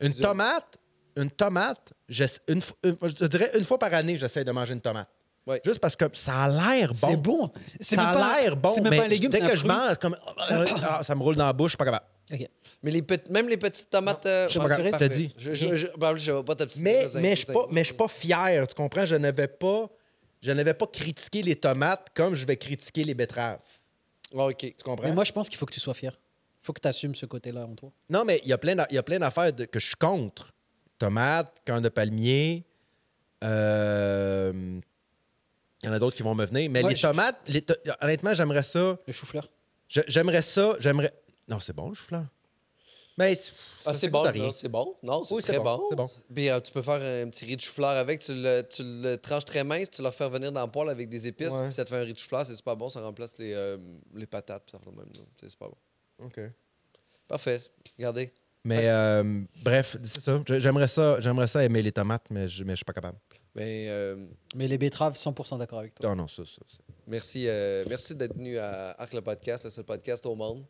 Une
Dis-donc.
tomate, une tomate, je, une, fo- une- je dirais une fois par année, j'essaie de manger une tomate.
Ouais.
Juste parce que ça a l'air bon.
C'est bon. C'est
Ça
même pas-
a l'air bon,
C'est
mais
même pas un légume,
dès
c'est un
que je
fruit.
mange, comme, ah, ça me roule dans la bouche, je suis pas capable.
Ok.
Mais les pet- même les petites tomates. euh,
je sais
ouais,
pas, je
parfait.
te dis.
Je, je, je, ben, je vois pas ta petite
Mais,
raisin,
mais je
raisin.
ne suis pas fier, tu comprends? Je n'avais pas, je n'avais pas critiqué les tomates comme je vais critiquer les betteraves.
Ah, OK.
Tu comprends?
Mais moi, je pense qu'il faut que tu sois fier. Il faut que tu assumes ce côté-là en toi.
Non, mais il y a plein d'a- il y a plein d'affaires de- que je suis contre. Tomates, canne de palmier. euh, Il y en a d'autres qui vont me venir. Mais
Ouais,
les
je-
tomates, les to- honnêtement, j'aimerais ça.
Le chou-fleur.
je- J'aimerais ça. J'aimerais. Non, c'est bon, le chou-fleur. Mais c'est-
Ah,
ça
c'est
goûte
bon,
à rien.
là, c'est bon. Non, c'est
Oui, c'est
très
bon,
bon.
c'est bon.
Puis euh, tu peux faire un petit riz de chou-fleur avec. Tu le, tu le tranches très mince, tu le fais revenir dans le poêle avec des épices,
Ouais.
puis ça te fait un riz de chou-fleur, c'est super bon. Ça remplace les, euh, les patates, puis ça fait le même. là. C'est super bon.
OK.
Parfait. Regardez.
Mais euh, bref, c'est ça. Je- J'aimerais ça. J'aimerais ça aimer les tomates, mais je ne suis pas capable. oh
Mais euh,
Mais les betteraves, 100% d'accord avec toi.
Non, non, ça, ça. ça.
merci, euh, merci d'être venu à Arc le podcast, le seul podcast au monde.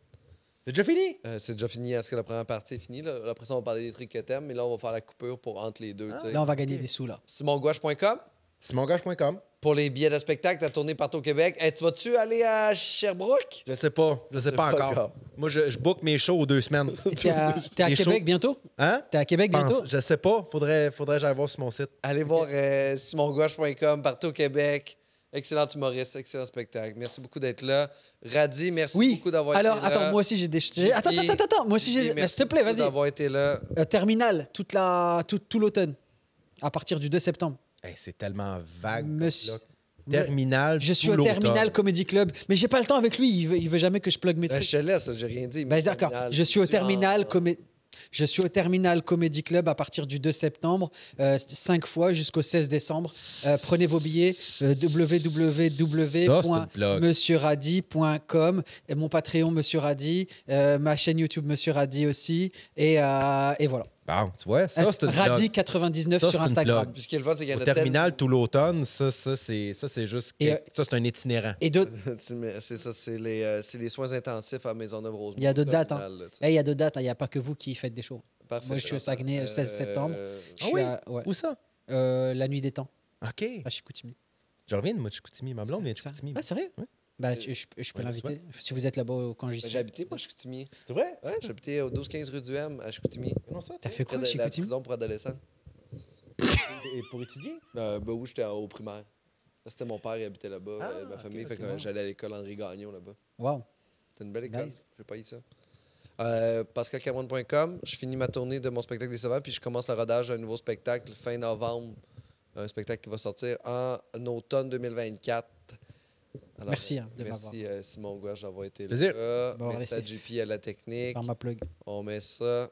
C'est déjà fini.
Euh, c'est déjà fini. Est-ce que la première partie est finie? Là? Après ça, on va parler des trucs que t'aimes, mais là, on va faire la coupure pour entre les deux. tu sais.
Ah. Là, on va gagner des sous, là.
SimonGouache.com
SimonGage.com.
pour les billets de spectacle, t'as tourné partout au Québec. Hey, tu vas-tu aller à Sherbrooke?
Je sais pas. Je sais pas, encore. Moi, je, je book mes shows aux deux semaines.
T'es à, t'es à
Les
Québec
shows.
bientôt?
Hein?
T'es à Québec bientôt?
Pense. Je sais pas. Faudrait, faudrait que j'aille voir sur mon site.
Allez voir euh, simongouache.com partout au Québec. Excellent humoriste, excellent spectacle. Merci beaucoup d'être là. Radi, merci
Oui.
beaucoup d'avoir été là.
Alors, attends, moi aussi, j'ai des... j'ai- Attends,
Guy,
attends, attends, attends. Moi aussi,
Guy,
j'ai... Mais
merci
S'il te plaît,
beaucoup
vas-y.
d'avoir été là.
Euh, terminal, toute la... tout, tout l'automne, à partir du 2 septembre.
Hey, c'est tellement vague. comme
Monsieur-
bloc. Terminal.
Je
tout
suis au
l'automne.
Terminal Comedy Club, mais j'ai pas le temps avec lui. Il veut, il veut jamais que je plug mes
Ben,
trucs.
je te laisse, là, j'ai rien dit.
Ben,
mais
d'accord.
terminal, euh,
Je suis au
tu rentres.
Terminal Comé- Je suis au Terminal Comedy Club à partir du 2 septembre, euh, cinq fois jusqu'au 16 décembre. Euh, prenez vos billets euh,
blog.
www.monsieurradi.com et mon Patreon Monsieur Radi, euh, ma chaîne YouTube Monsieur Radi aussi et, euh, et voilà.
Bon, tu vois, ça, c'est une
Radi
bloc.
99
Ça, c'est
sur
une
Instagram.
blague.
Puis ce qui est le fun, c'est qu'il y en
Au
a tellement-
terminal tout l'automne, ça, ça c'est ça, c'est juste.
Et, euh,
ça, c'est un itinérant.
Et d'autres
Tu mets- c'est ça, c'est les, euh, c'est les soins intensifs à Maisonneuve-Rosemont.
Il y a d'autres dates, hein.
Terminal, là, tu sais.
Eh, il y a deux dates, hein, il n'y a pas que vous qui faites des shows.
Parfait.
Moi, je suis au Saguenay le 16 septembre.
Euh,
Je suis
Ah oui?
à- ouais.
Où ça?
Euh, la nuit des temps,
OK.
à Chicoutimi.
Je reviens de Mochicoutimi. Ma blonde vient de
Ça-
Chicoutimi.
Ah, sérieux
Ouais.
bah, je, je- je peux
Ouais, Bah,
l'inviter. Si vous êtes là-bas euh, quand j'y
ben,
suis.
J'habitais, moi, à Chicoutimi.
C'est vrai?
Ouais, j'habitais au 12-15 rue du M à Chicoutimi.
Non, ça,
T'as fait
Près
quoi,
de
à
la
Chicoutimi
prison pour adolescents.
Et pour étudier?
Euh, ben oui, j'étais au primaire. C'était mon père qui habitait là-bas,
Ah,
euh, ma
ok,
famille. fait
ok,
que euh,
ouais.
j'allais à l'école Henri Gagnon là-bas.
Waouh.
C'était une belle école.
Nice.
J'ai pas eu ça. Euh, PascalCameron.com, je finis ma tournée de mon spectacle des Sauvants, puis je commence le rodage d'un nouveau spectacle fin novembre. Un spectacle qui va sortir en automne 2024. Alors,
Merci,
euh,
hein, de m'avoir.
merci euh, Simon Gouache d'avoir été
Plaisir.
là.
Bon,
merci à
laissez.
JP à la technique.
Par ma plug.
On met ça